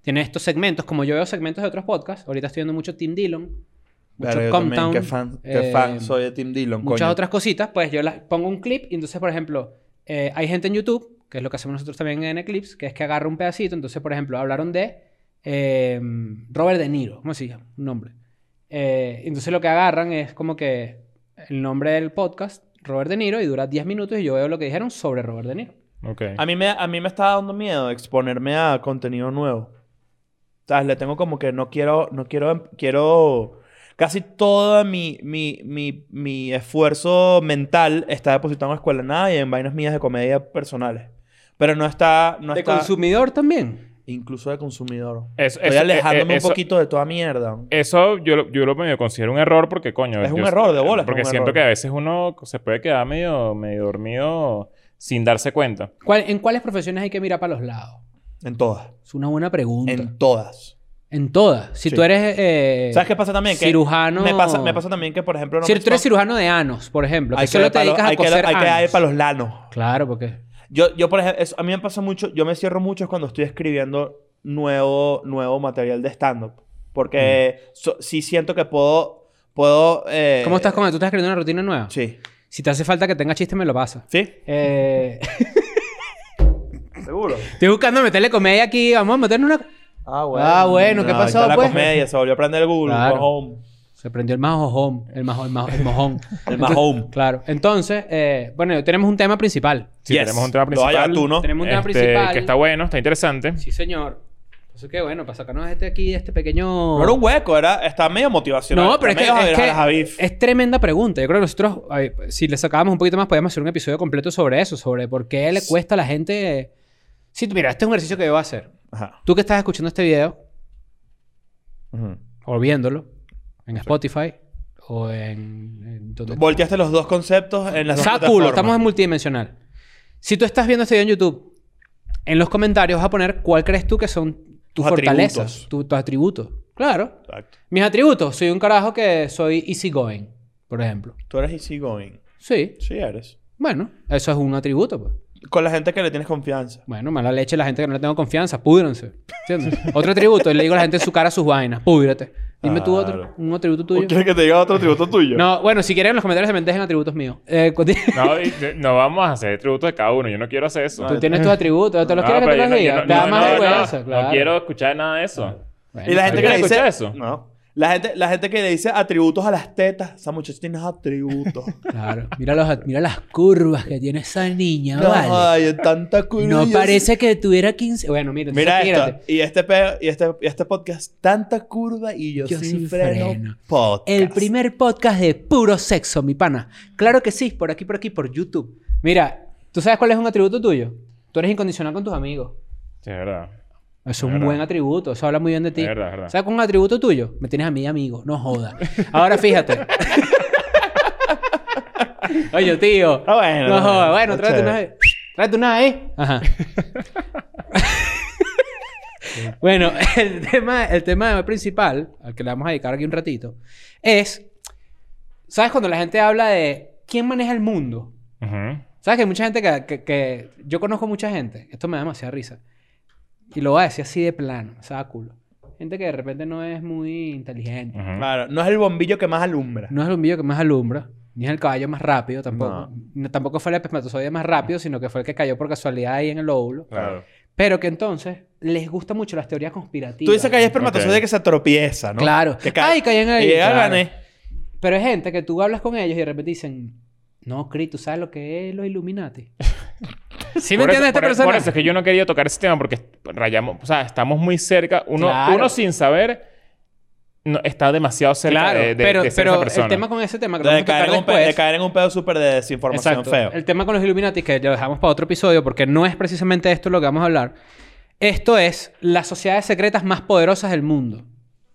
D: Tiene estos segmentos, como yo veo segmentos de otros podcasts. Ahorita estoy viendo mucho Tim Dillon, mucho
C: Verga, yo también,
D: Comptown,
C: qué fan, qué
D: eh,
C: fan soy de Tim Dillon,
D: muchas
C: coño.
D: otras cositas. Pues yo las pongo un clip y entonces, por ejemplo, eh, hay gente en YouTube, que es lo que hacemos nosotros también en EDN Clips, que es que agarra un pedacito. Entonces, por ejemplo, hablaron de eh, Robert De Niro, ¿cómo se llama? Un nombre. Eh, entonces lo que agarran es como que el nombre del podcast, Robert De Niro, y dura 10 minutos y yo veo lo que dijeron sobre Robert De Niro.
B: Ok.
C: A mí, me, a mí me está dando miedo exponerme a contenido nuevo. ¿Sabes? Le tengo como que no quiero, no quiero, quiero... Casi todo mi, mi, mi, mi esfuerzo mental está depositado en escuela de nada y en vainas mías de comedia personales. Pero no está, no
D: de
C: está
D: consumidor también.
C: incluso de consumidor.
B: Eso-
C: Estoy
B: eso-
C: alejándome
B: eh, eso-
C: un poquito de toda mierda.
B: Eso yo, lo- yo lo medio considero un error porque, coño...
C: Es un
B: yo-
C: error, de bolas,
B: Porque
C: es un
B: siento
C: error.
B: que a veces uno se puede quedar medio, medio dormido sin darse cuenta.
D: ¿Cuál- ¿En cuáles profesiones hay que mirar para los lados?
C: En todas.
D: Es una buena pregunta.
C: En todas.
D: En todas. Si
C: Sí.
D: tú eres. eh,
C: ¿Sabes qué pasa también? Que
D: Cirujano.
C: Me pasa, me pasa también que, por ejemplo, no
D: si
C: me-
D: tú eres cirujano de anos, por ejemplo, que
C: hay que
D: solo
C: dar
D: te
C: para los-
D: dedicas a
C: hay que
D: coser
C: dar- hay que dar
D: anos.
C: para los Eh, lanos.
D: Claro, porque.
C: Yo, yo por ejemplo, eso- a mí me pasa mucho, yo me cierro mucho cuando estoy escribiendo nuevo, nuevo material de stand-up. Porque so- sí siento que puedo... puedo eh,
D: ¿Cómo estás con ¿Tú estás escribiendo una rutina nueva?
C: Sí.
D: Si te hace falta que tenga chiste, me lo pasas.
C: ¿Sí?
D: Eh,
C: ¿Seguro?
D: estoy buscando meterle comedia aquí. Vamos a meterle una.
C: Ah,
D: bueno. No, ahí está
C: la
D: la
C: comedia,
D: comedia,
C: se volvió a aprender el Google,
D: Claro. Se prendió el majojón. El majo, el majo, el mojón.
C: El
D: Entonces-
C: majón.
D: Claro. Entonces, eh, bueno, tenemos un tema principal.
B: Sí,
C: Yes.
B: tenemos un tema
C: Lo vas a
B: principal.
C: llevar tú, ¿no?
D: Tenemos un tema
B: este,
D: principal.
B: Que está bueno, está interesante.
D: Sí, señor. Entonces, qué bueno, para sacarnos este aquí, este pequeño.
C: No era un hueco, era, estaba medio motivacional.
D: No, pero es que,
C: Estaba medio
D: es, que
C: Javier Javif.
D: es tremenda pregunta. Yo creo que nosotros, ay, si le sacábamos un poquito más, podíamos hacer un episodio completo sobre eso, sobre por qué le cuesta a la gente. Sí, mira, este es un ejercicio que yo voy a hacer.
C: Ajá.
D: Tú que estás escuchando este video,
C: Ujú.
D: o viéndolo, en Spotify, o en. en donde-
C: Volteaste los dos conceptos en las dos
D: Sáculo,
C: plataformas.
D: estamos en multidimensional. Si tú estás viendo este video en YouTube, en los comentarios vas a poner cuál crees tú que son tus
C: Tus
D: fortalezas,
C: atributos.
D: tu- tus atributos. Claro.
C: Exacto.
D: Mis atributos, soy un carajo que soy easygoing, por ejemplo.
C: Tú eres easygoing.
D: Sí.
C: Sí eres.
D: Bueno, eso es un atributo, pues.
C: Con la gente que le tienes confianza.
D: Bueno, mala leche la gente que no le tengo confianza, púdranse. ¿Entiendes? otro atributo, le digo a la gente en su cara sus vainas, púdrate. Dime tú otro,
C: Claro.
D: un atributo tuyo.
C: ¿Quieres que te diga otro tributo tuyo?
D: No, bueno, si quieren en los comentarios también dejen atributos míos. Eh, conti-
B: No, y- no vamos a hacer tributo de cada uno. Yo no quiero hacer eso.
D: tú tienes tus atributos, ¿te los
B: No,
D: quieres que
B: pero
D: te
B: yo
D: los
B: no-
D: diga?
B: yo no-
D: Te da
B: no,
D: más
B: no,
D: vergüenza,
B: no,
D: claro.
B: No quiero escuchar nada de eso.
D: Bueno,
C: Y la
D: está
C: gente que
D: bien.
C: le
B: ¿Alguien
C: dice
B: escucha eso?
C: No. La gente, la gente que le dice atributos a las tetas. Esa muchacha tiene atributos.
D: Claro, mira, los- mira las curvas que tiene esa niña,
C: no,
D: ¿vale?
C: ay, tanta curva.
D: No
C: y
D: parece que tuviera 15... Bueno, mira,
C: eso.
D: entonces
C: Mira
D: fíjate.
C: esto. Y este, pe- y, este, y este podcast. Tanta curva y yo, sin, freno. Podcast.
D: El primer podcast de puro sexo, mi pana. Claro que sí, por aquí, por aquí, por YouTube. Mira, ¿tú sabes cuál es un atributo tuyo? Tú eres incondicional con tus amigos.
B: Sí, es verdad.
D: Eso es un
B: Verdad.
D: buen atributo. Eso habla muy bien de ti.
B: Es verdad, es verdad.
D: ¿Sabes cuál es un atributo tuyo? Me tienes a mí, amigo. No joda. Ahora fíjate. Oye, tío.
C: Ah, bueno,
D: No
C: no,
D: joda.
C: no,
D: Bueno,
C: está
D: tráete una
C: chévere.
D: vez. Tráete una vez. Ajá. bueno, el tema, el tema principal, al que le vamos a dedicar aquí un ratito, es... ¿Sabes cuando la gente habla de quién maneja el mundo?
B: Ujú.
D: ¿Sabes que hay mucha gente que, que- que- Yo conozco mucha gente. Esto me da demasiada risa. Y lo voy a decir así de plano. O sea, culo. Gente que de repente no es muy inteligente.
B: Ujú.
C: Claro, no es el bombillo que más alumbra.
D: No es el bombillo que más alumbra. Ni es el caballo más rápido tampoco.
C: No.
D: No, tampoco fue el espermatozoide más rápido, sino que fue el que cayó por casualidad ahí en el óvulo.
B: Claro.
D: Pero que entonces les gusta mucho las teorías conspirativas.
C: Tú dices que hay espermatozoide
B: Ok.
C: que se tropieza, ¿no?
D: Claro.
C: Que cae-
D: Ay, caí en el-
C: Y ya
D: claro.
C: gané.
D: Pero hay gente que tú hablas con ellos y de repente dicen... No, Cris, ¿tú sabes lo que es los Illuminati? ¿Sí me
B: Por eso-
D: entiendes esta
B: por,
D: persona?
B: Por eso es que yo no quería tocar ese tema porque rayamos, o sea, estamos muy cerca. Uno,
D: Claro.
B: uno sin saber no, está demasiado cerca
D: Claro,
B: de, de-
D: pero,
B: de ser
D: pero
B: esa persona.
D: el tema con ese tema que lo
C: De
D: vamos a
C: caer,
D: tocar
C: en un pe-
D: después,
C: de caer en un pedo súper de desinformación
D: exacto,
C: feo.
D: el tema con los Illuminati que lo dejamos para otro episodio porque no es precisamente esto lo que vamos a hablar. Esto es las sociedades secretas más poderosas del mundo.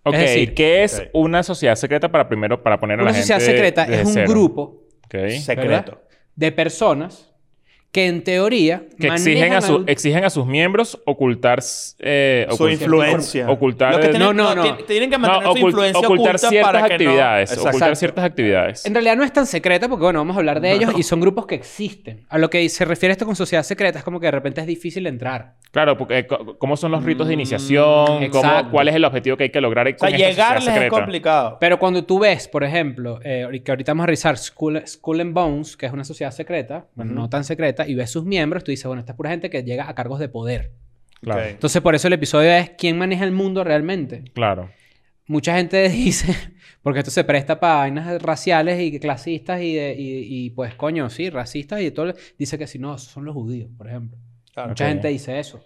B: Ok,
D: es decir,
B: ¿qué es
C: ok.
B: una sociedad secreta para primero para poner a
D: Una
B: la gente
D: sociedad secreta
B: desde
D: es un
B: cero?
D: grupo
B: Ok.
C: Secreto.
D: ¿verdad? de personas que en teoría
B: Que
D: manejan
B: exigen a, su-
D: algún-
B: exigen a sus miembros ocultar s- eh,
C: Su
B: ocul-
C: influencia.
B: Ocultar eh,
C: Los que tienen-
D: No, no, no.
C: tien- Tienen que
B: No,
C: mantener su
B: ocult-
C: influencia
B: ocultar
C: oculta
B: ciertas
C: para que no-
B: actividades.
C: Exacto.
B: Ocultar ciertas actividades.
D: En realidad no es tan secreta porque, bueno, vamos a hablar de ellos y son grupos que existen. A lo que se refiere esto con sociedad secreta es como que de repente es difícil entrar.
B: Claro, porque eh, co- cómo son los ritos de iniciación, cómo-
D: exacto.
B: cuál es el objetivo que hay que lograr
C: Mm, O sea,
B: con esta sociedad
C: llegarles es
B: secreta.
C: complicado.
D: Pero cuando tú ves, por ejemplo, eh, que ahorita vamos a revisar Skull, Skull and Bones, que es una sociedad secreta, bueno, no tan secreta, y ves sus miembros, tú dices, bueno, esta es pura gente que llega a cargos de poder.
B: Claro.
C: Ok.
D: Entonces, por eso el episodio es ¿quién maneja el mundo realmente?
B: Claro.
D: Mucha gente dice, porque esto se presta para vainas raciales y clasistas y, de- y- y, pues coño, sí, racistas y todo. Dice que si no, esos son los judíos, por ejemplo.
C: Claro.
D: Mucha
B: Ok.
D: gente dice eso.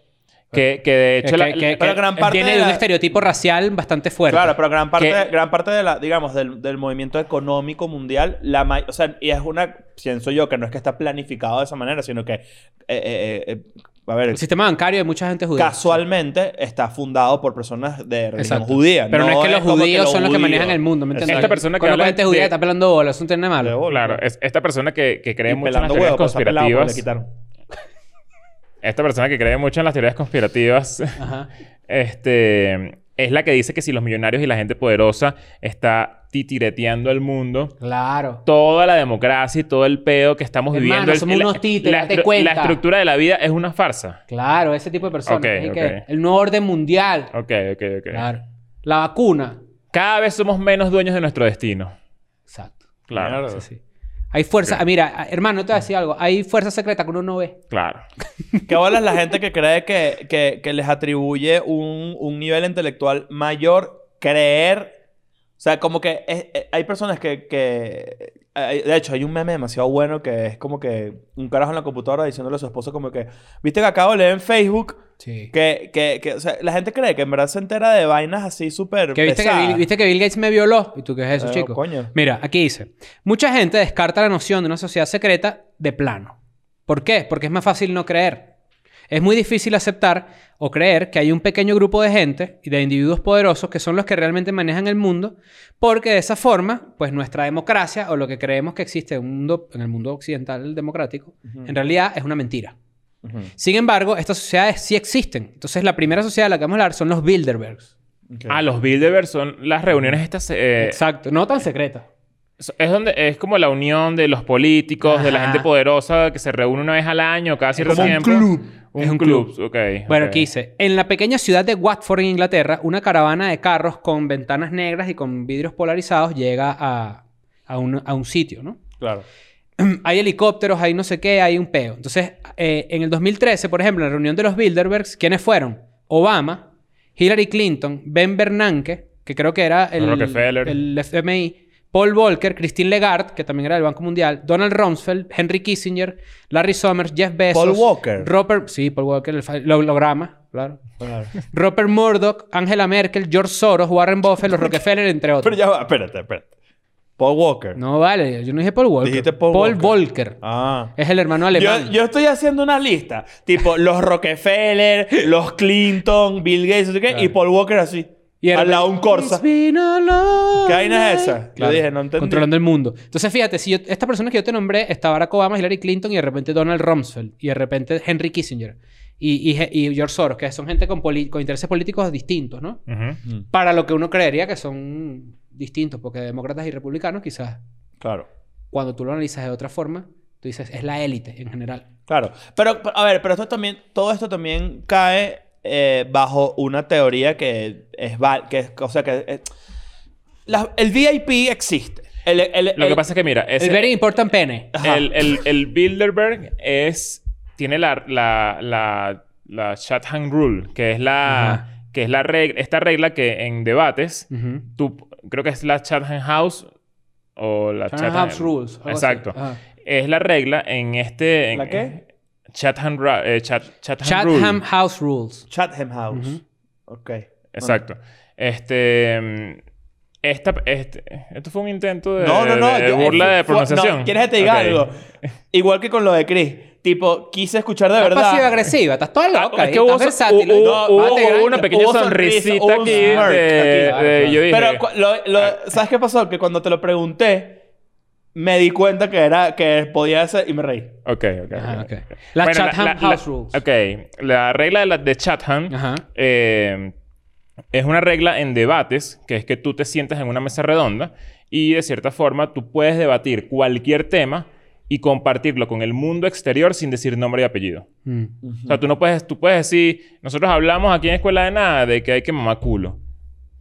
B: Que, que de hecho
D: Que-
B: la-
D: que- que-
C: pero
D: que
C: gran parte
D: viene
C: de
D: de un
C: la-
D: estereotipo racial bastante fuerte.
C: Claro, pero gran parte,
B: Que-
C: gran parte de la, digamos, del, del movimiento económico mundial, la may- o sea, y es una, pienso yo, que no es que está planificado de esa manera, sino que, eh, eh, eh, a ver,
D: El sistema bancario de mucha gente judía.
C: casualmente está fundado por personas de religión
D: Exacto.
C: judía.
D: Pero no, es que los
C: como
D: judíos son los que
C: judíos-
D: manejan el mundo, ¿me entiendes?
B: Esta persona que
D: Conozco
B: habla
D: gente
B: de-
D: judía que está pelando bolas, eso no tiene nada de malo.
C: De bolas.
B: Claro, es- esta persona que, que cree
C: Y
B: mucho en las
C: pelando
B: teorías
C: huevos, pues, está pelado, pues, le
B: conspirativas.
C: quitaron.
B: Esta persona que cree mucho en las teorías conspirativas,
D: Ajá.
B: este, es la que dice que si los millonarios y la gente poderosa está titireteando al mundo,
D: Claro.
B: toda la democracia y todo el pedo que estamos
D: Hermano,
B: viviendo... el-
D: somos
B: la-
D: unos títeres,
B: la
D: date
B: estru-
D: cuenta.
B: La estructura de la vida es una farsa.
D: Claro, ese tipo de personas.
B: Ok,
D: Es que
B: ok.
D: El nuevo orden mundial.
B: Ok, ok, ok.
D: Claro. La vacuna.
B: Cada vez somos menos dueños de nuestro destino.
D: Exacto.
B: Claro.
D: Sí, sí. Hay fuerzas. ah, Mira, ah, hermano, te voy a decir algo. Hay fuerzas secretas que uno no ve.
B: Claro.
C: ¿Qué bolas la gente que cree que, que- que les atribuye un, un nivel intelectual mayor creer? O sea, como que es- eh, hay personas que... que- hay- de hecho, hay un meme demasiado bueno que es como que un carajo en la computadora diciéndole a su esposo como que... ¿Viste que acabo de leer en Facebook?
D: Sí. Que,
C: Que, que, que o sea, la gente cree que en verdad se entera de vainas así súper
D: viste, que
C: pesadas.
D: Bill, viste que Bill Gates me violó. ¿Y tú qué es eso,
C: Eh,
D: chico?
C: coño.
D: Mira, aquí dice. Mucha gente descarta la noción de una sociedad secreta de plano. ¿Por qué? Porque es más fácil no creer. Es muy difícil aceptar o creer que hay un pequeño grupo de gente y de individuos poderosos que son los que realmente manejan el mundo, porque de esa forma, pues nuestra democracia o lo que creemos que existe en, un mundo, en el mundo occidental democrático, en realidad es una mentira.
C: Ujú.
D: Sin embargo, estas sociedades sí existen. Entonces, la primera sociedad de la que vamos a hablar son los Bilderbergs.
C: Ok.
B: Ah, los Bilderberg son las reuniones estas... eh,
D: Exacto, no tan secretas.
B: So- Es donde es como la unión de los políticos, de la
D: Ajá.
B: gente poderosa que se reúne una vez al año, cada cierto
C: como un
B: tiempo.
C: club.
B: Un
D: Es un
B: club. ok.
D: Bueno,
B: ok.
D: aquí dice, en la pequeña ciudad de Watford, en Inglaterra, una caravana de carros con ventanas negras y con vidrios polarizados llega a, a un, a un sitio, ¿no?
C: Claro.
D: hay helicópteros, hay no sé qué, hay un peo. Entonces, eh, en el 2013, por ejemplo, en la reunión de los Bilderbergs, ¿quiénes fueron? Obama, Hillary Clinton, Ben Bernanke, que creo que era el,
B: Rockefeller.
D: el FMI, Paul Volcker, Christine Lagarde, que también era del Banco Mundial, Donald Rumsfeld, Henry Kissinger, Larry Summers, Jeff Bezos.
C: Paul Walker.
D: Robert... Sí, Paul Walker, el, fa- el holograma, claro.
C: Claro.
D: Robert Murdoch, Angela Merkel, George Soros, Warren Buffett, los Rockefeller, entre otros.
C: Pero ya va, espérate, espérate. Paul Walker.
D: No vale, yo no dije Paul Walker.
C: Dijiste Paul Walker.
D: Volcker.
C: Ah.
D: Es el hermano alemán.
C: Yo, yo estoy haciendo una lista. Tipo, los Rockefeller, los Clinton, Bill Gates, no sé qué, y Paul Walker así.
D: Y era-
C: al lado de un Corsa.
D: It's been a long
C: ¿Qué vaina es
D: night.
C: esa? Yo dije, no entendí.
D: Controlando el mundo. Entonces, fíjate, si yo, estas personas que yo te nombré, está Barack Obama, Hillary Clinton y de repente Donald Rumsfeld y de repente Henry Kissinger y, y- y George Soros, que son gente con, poli- con intereses políticos distintos, ¿no?
B: Ujú.
D: Para lo que uno creería que son distintos, porque demócratas y republicanos quizás,
C: Claro.
D: cuando tú lo analizas de otra forma, tú dices, es la élite en general.
C: Claro. Pero, pero, a ver, pero esto también, todo esto también cae eh, bajo una teoría que es, val- que es- o sea, que es- la- el VIP existe. El- el-
B: Lo que
C: el-
B: pasa es que, mira, ese-
D: el
C: eh,
D: very important pene.
C: Ajá.
B: el, el- el Bilderberg es. Tiene la, la, la, la Chatham Rule, que es la.
D: Ajá.
B: Que es la regla, esta regla que en debates,
D: Ujú.
B: tú creo que es la Chatham House o la
D: Chatham House Rules, algo así.
B: Exacto.
D: Ajá.
B: Es la regla en este. en-
C: ¿La qué?
B: Chatham, Ra- eh, Chat- Chatham Rule.
D: Chatham House Rules.
C: Chatham House. Ok.
B: Exacto. Este. mm, Esta, este, esto fue un intento de,
C: No, no, no.
B: de
C: yo-
B: burla
C: eh,
B: de
C: fue-
B: pronunciación.
C: no, ¿Quieres que te diga
B: Ok.
C: algo? Igual que con lo de Chris. Tipo, quise escuchar de
D: Estás
C: verdad.
D: pasivo-agresiva, estás toda
B: Ah,
D: loca.
B: es que
D: estás
B: hubo,
D: versátil.
B: hubo-
D: No,
B: hubo-
D: bájate,
B: hubo
D: gran-
B: una pequeña
C: hubo sonrisa,
B: sonrisita
C: hubo un
B: aquí.
C: smirk
B: de-
C: aquí.
B: de- yo dije,
C: Pero, cu- lo-
D: Ah.
C: lo- ¿sabes qué pasó? Que cuando te lo pregunté, me di cuenta que era que podía ser y me reí.
B: Ok, ok.
D: Ajá,
B: ok.
D: ok. La
B: Bueno,
D: Chatham
B: la-
D: House
B: la-
D: Rules.
B: Ok. La regla de, la, de Chatham
D: Ajá.
B: eh, es una regla en debates, que es que tú te sientas en una mesa redonda y de cierta forma tú puedes debatir cualquier tema y compartirlo con el mundo exterior sin decir nombre y apellido.
D: Mm.
B: O sea, tú no puedes, tú puedes decir, nosotros hablamos aquí en Escuela de Nada de que hay que mamar culo,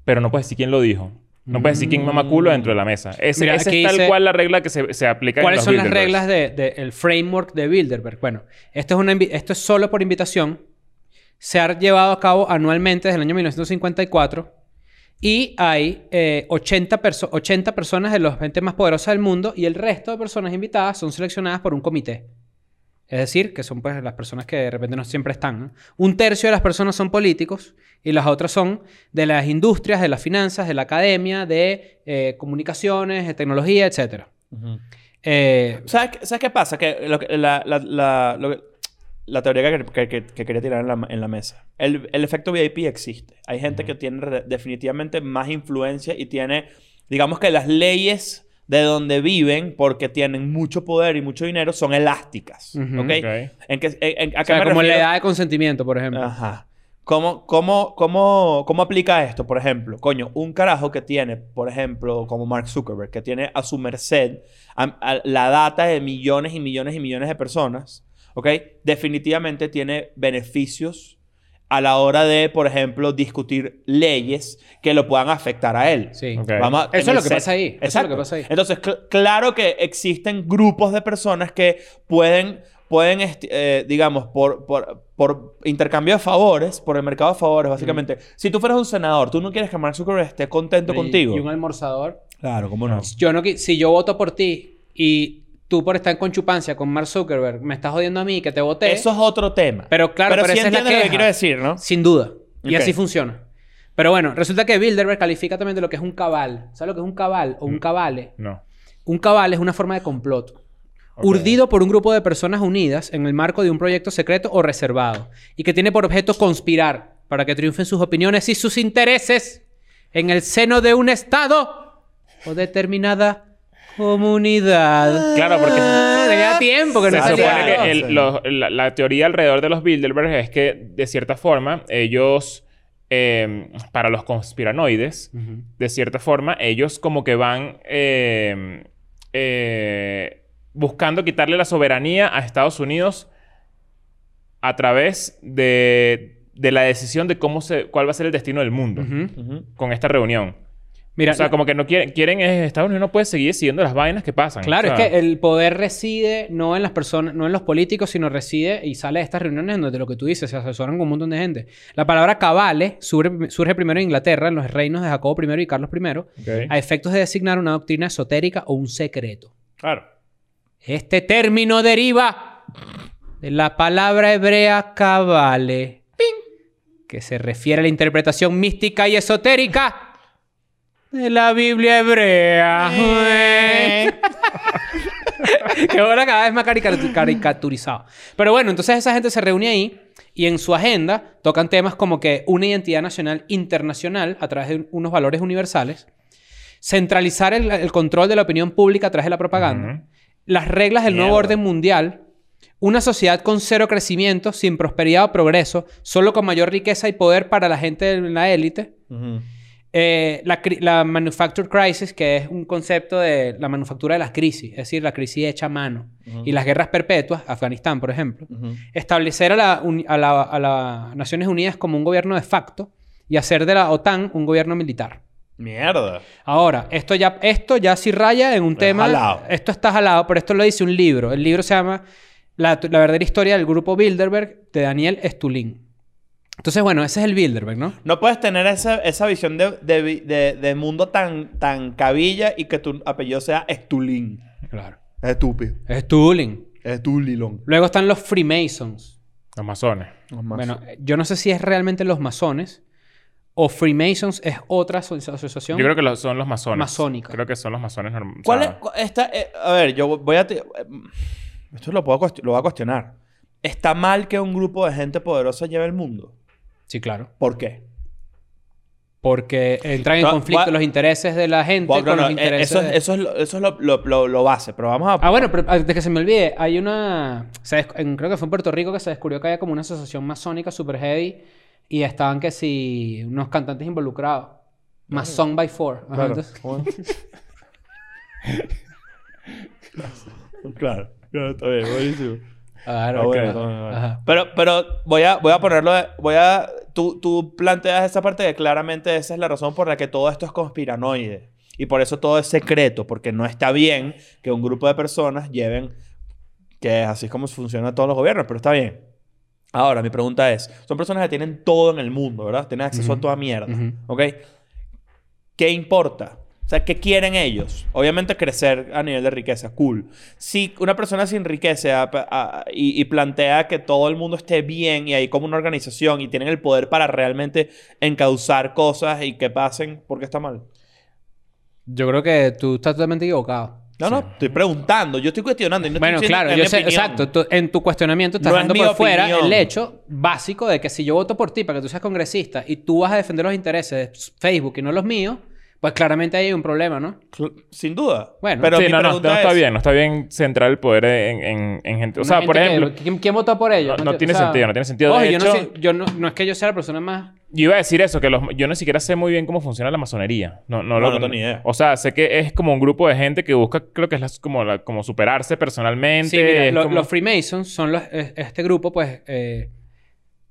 B: pero no puedes decir quién lo dijo. No puedes decir quién mama culo dentro de la mesa. Ese,
D: Mira,
B: esa
D: aquí
B: es tal
D: dice-
B: cual la regla que se, se aplica en
D: ¿Cuáles
B: los
D: son las
B: Bilderbergs.
D: reglas del de, el framework de Bilderberg? Bueno, esto es, una invi- esto es solo por invitación. Se ha llevado a cabo anualmente desde el año 1954. Y hay eh, 80, perso- 80 personas de los 20 más poderosas del mundo y el resto de personas invitadas son seleccionadas por un comité. Es decir, que son pues las personas que de repente no siempre están. ¿no? Un tercio de las personas son políticos y las otras son de las industrias, de las finanzas, de la academia, de eh, comunicaciones, de tecnología, etc. Eh,
C: ¿Sabes, qué- ¿Sabes qué pasa? Que, lo que- la, la- la- lo que- la teoría que, que- que- que quería tirar en la, en la mesa. El, el efecto VIP existe. Hay gente que tiene re- definitivamente más influencia y tiene, digamos que las leyes de donde viven, porque tienen mucho poder y mucho dinero, son elásticas.
D: Ujú.
C: ¿Ok?
B: Ok.
C: ¿En qué- en- en- ¿A
D: o
C: qué
D: sea,
C: me
D: como la
C: refiero? Ah,
D: edad de consentimiento, por ejemplo.
C: Ajá. ¿Cómo, cómo, cómo, ¿Cómo aplica esto? Por ejemplo, coño, un carajo que tiene, por ejemplo, como Mark Zuckerberg, que tiene a su merced a- a la data de millones y millones y millones de personas, ¿ok? Definitivamente tiene beneficios a la hora de, por ejemplo, discutir leyes que lo puedan afectar a él.
D: Sí.
B: Ok.
C: Vamos a-
D: Eso es
C: en
D: lo
C: el
D: que
C: set-
D: pasa ahí. Eso es lo
C: Exacto.
D: que pasa ahí.
C: Entonces, cl- claro que existen grupos de personas que pueden, pueden esti- eh, digamos, por, por, por intercambio de favores, por el mercado de favores, básicamente. Si tú fueras un senador, tú no quieres que Mark Zuckerberg esté contento
D: Mm. Y-
C: contigo.
D: Y un almorzador.
C: Claro, ¿cómo no?
D: Yo no, qui- si yo voto por ti y tú por estar en conchupancia con Mark Zuckerberg me estás jodiendo a mí que te voté.
C: Eso es otro tema.
D: Pero claro, pero
C: sí
D: esa es la
C: entiendes lo que
D: queja.
C: quiero decir, ¿no?
D: Sin duda. Y
C: Ok.
D: así funciona. Pero bueno, resulta que Bilderberg califica también de lo que es un cabal. ¿Sabes lo que es un cabal o
C: Mm.
D: un cabale?
B: No.
D: Un cabal es una forma de complot. Urdido por un grupo de personas unidas en el marco de un proyecto secreto o reservado y que tiene por objeto conspirar para que triunfen sus opiniones y sus intereses en el seno de un Estado o determinada comunidad.
B: Claro, porque-
D: Ah, tenía tiempo que
B: Se
D: no
C: Claro,
B: supone
D: salía.
C: claro.
B: que el-
C: Sí.
B: los- la, la teoría alrededor de los Bilderberg es que, de cierta forma, ellos, eh, para los conspiranoides,
D: Ujú.
B: de cierta forma, ellos como que van eh, eh, buscando quitarle la soberanía a Estados Unidos a través de, de la decisión de cómo se, cuál va a ser el destino del mundo
D: Ujú.
C: Ujú.
B: con esta reunión.
D: Mira,
B: O sea, como que no quieren, quieren es- Estados Unidos no puede seguir siguiendo las vainas que pasan.
D: Claro,
B: O sea,
D: es que eh, el poder reside no en las personas, no en los políticos, sino reside y sale de estas reuniones en donde lo que tú dices, se asesoran con un montón de gente. La palabra cabale surge, surge primero en Inglaterra, en los reinos de Jacobo I y Carlos I,
B: Ok.
D: a efectos de designar una doctrina esotérica o un secreto.
C: Claro.
D: Este término deriva de la palabra hebrea cabale, que se refiere a la interpretación mística y esotérica de la Biblia hebrea. que ahora cada vez más carica- caricaturizado. Pero bueno, entonces esa gente se reúne ahí y en su agenda tocan temas como que una identidad nacional internacional a través de un- unos valores universales, centralizar el, el control de la opinión pública a través de la propaganda,
B: Ujú.
D: las reglas del nuevo
C: Mierda.
D: orden mundial, una sociedad con cero crecimiento, sin prosperidad o progreso, solo con mayor riqueza y poder para la gente en la élite.
C: Ujú.
D: Eh, la, cri- la manufacture crisis, que es un concepto de la manufactura de las crisis, es decir, la crisis hecha a mano. Y las guerras perpetuas, Afganistán, por ejemplo.
C: Ujú.
D: Establecer a las Naciones Unidas como un gobierno de facto y hacer de la OTAN un gobierno militar.
C: Mierda.
D: Ahora, esto ya, esto ya sí raya en un
C: Es
D: tema.
C: jalado.
D: Esto está jalado, pero esto lo dice un libro. El libro se llama La, la verdadera historia del grupo Bilderberg de Daniel Stulin. Entonces, bueno, ese es el Bilderberg, ¿no?
C: No puedes tener esa, esa visión de, de vi- de- de mundo tan, tan cabilla y que tu apellido sea Stulin.
D: Claro.
C: Estúpido.
D: Stulin.
C: Estulilón.
D: Luego están los Freemasons.
B: Los masones.
D: Bueno, yo no sé si es realmente los masones o Freemasons es otra aso- asociación.
B: Yo creo que los- son los masones.
D: Masónica.
B: Creo que son los masones normales.
C: ¿Cuál es cu- esta, eh, a ver, yo voy a... te- eh, Esto lo, puedo cuest- lo voy a cuestionar. ¿Está mal que un grupo de gente poderosa lleve el mundo?
D: Sí, claro.
C: ¿Por qué?
D: Porque entran en
C: Va-
D: conflicto
C: Ah, va-
D: los intereses de la gente
C: Bueno,
D: con
C: no,
D: los
C: eh,
D: intereses.
C: eso, es-
D: de-
C: eso es, lo, eso es lo, lo- lo- lo base, pero vamos a...
D: Ah, bueno, pero antes que se me olvide, hay una. se desc- en- creo que fue en Puerto Rico que se descubrió que había como una asociación masónica super heavy y estaban que si unos cantantes involucrados. Mason by Four. Ajá,
C: Ah, Claro.
D: entonces-
C: claro, claro, está bien, buenísimo.
D: Claro,
C: Ah, bueno,
D: claro.
C: bueno, bueno.
D: Ajá.
C: Pero, pero voy, a, voy a ponerlo. de- Voy a, tú, tú planteas esa parte que claramente esa es la razón por la que todo esto es conspiranoide. Y por eso todo es secreto, porque no está bien que un grupo de personas lleven. Que es así como funciona todos los gobiernos, pero está bien. Ahora, mi pregunta es: son personas que tienen todo en el mundo, ¿verdad? Tienen acceso a
D: Ujú.
C: toda mierda.
D: Ujú.
C: ¿Ok? ¿Qué importa? O sea, ¿qué quieren ellos? Obviamente crecer a nivel de riqueza, cool. Si una persona se enriquece a- a- y, y plantea que todo el mundo esté bien y hay como una organización y tienen el poder para realmente encauzar cosas y que pasen, ¿por qué está mal?
D: Yo creo que tú estás totalmente equivocado.
C: No, no, estoy preguntando, yo estoy cuestionando. y no
D: Bueno,
C: estoy diciendo
D: claro,
C: que es
D: yo
C: mi
D: sé,
C: opinión.
D: exacto. tú- en tu cuestionamiento estás
C: No es
D: dejando
C: mi
D: por fuera
C: opinión.
D: el hecho básico de que si yo voto por ti para que tú seas congresista y tú vas a defender los intereses de Facebook y no los míos, Pues claramente hay un problema, ¿no?
C: Cl- Sin duda.
D: Bueno.
C: pero
B: sí,
C: mi
B: no, no, no
C: pregunta
B: está
C: es-
B: bien. No está bien centrar el poder en, en- en gente. O
D: Una
B: sea,
D: gente
B: por
D: que-
B: ejemplo,
D: ¿quién, quién votó por ello?
B: no- no tiene sentido, no tiene sentido.
D: Ojo,
B: De
D: yo, no,
B: hecho-
D: sé- yo no, no es que yo sea la persona más...
B: yo iba a decir eso, que los, yo ni siquiera sé muy bien cómo funciona la masonería. No, no, lo
C: no tengo ni idea.
B: O sea, sé que es como un grupo de gente que busca, creo que es las- como, la- como superarse personalmente.
D: Sí, mira,
B: es
D: lo-
B: como-
D: los Freemasons son los... es- Este grupo, pues, eh,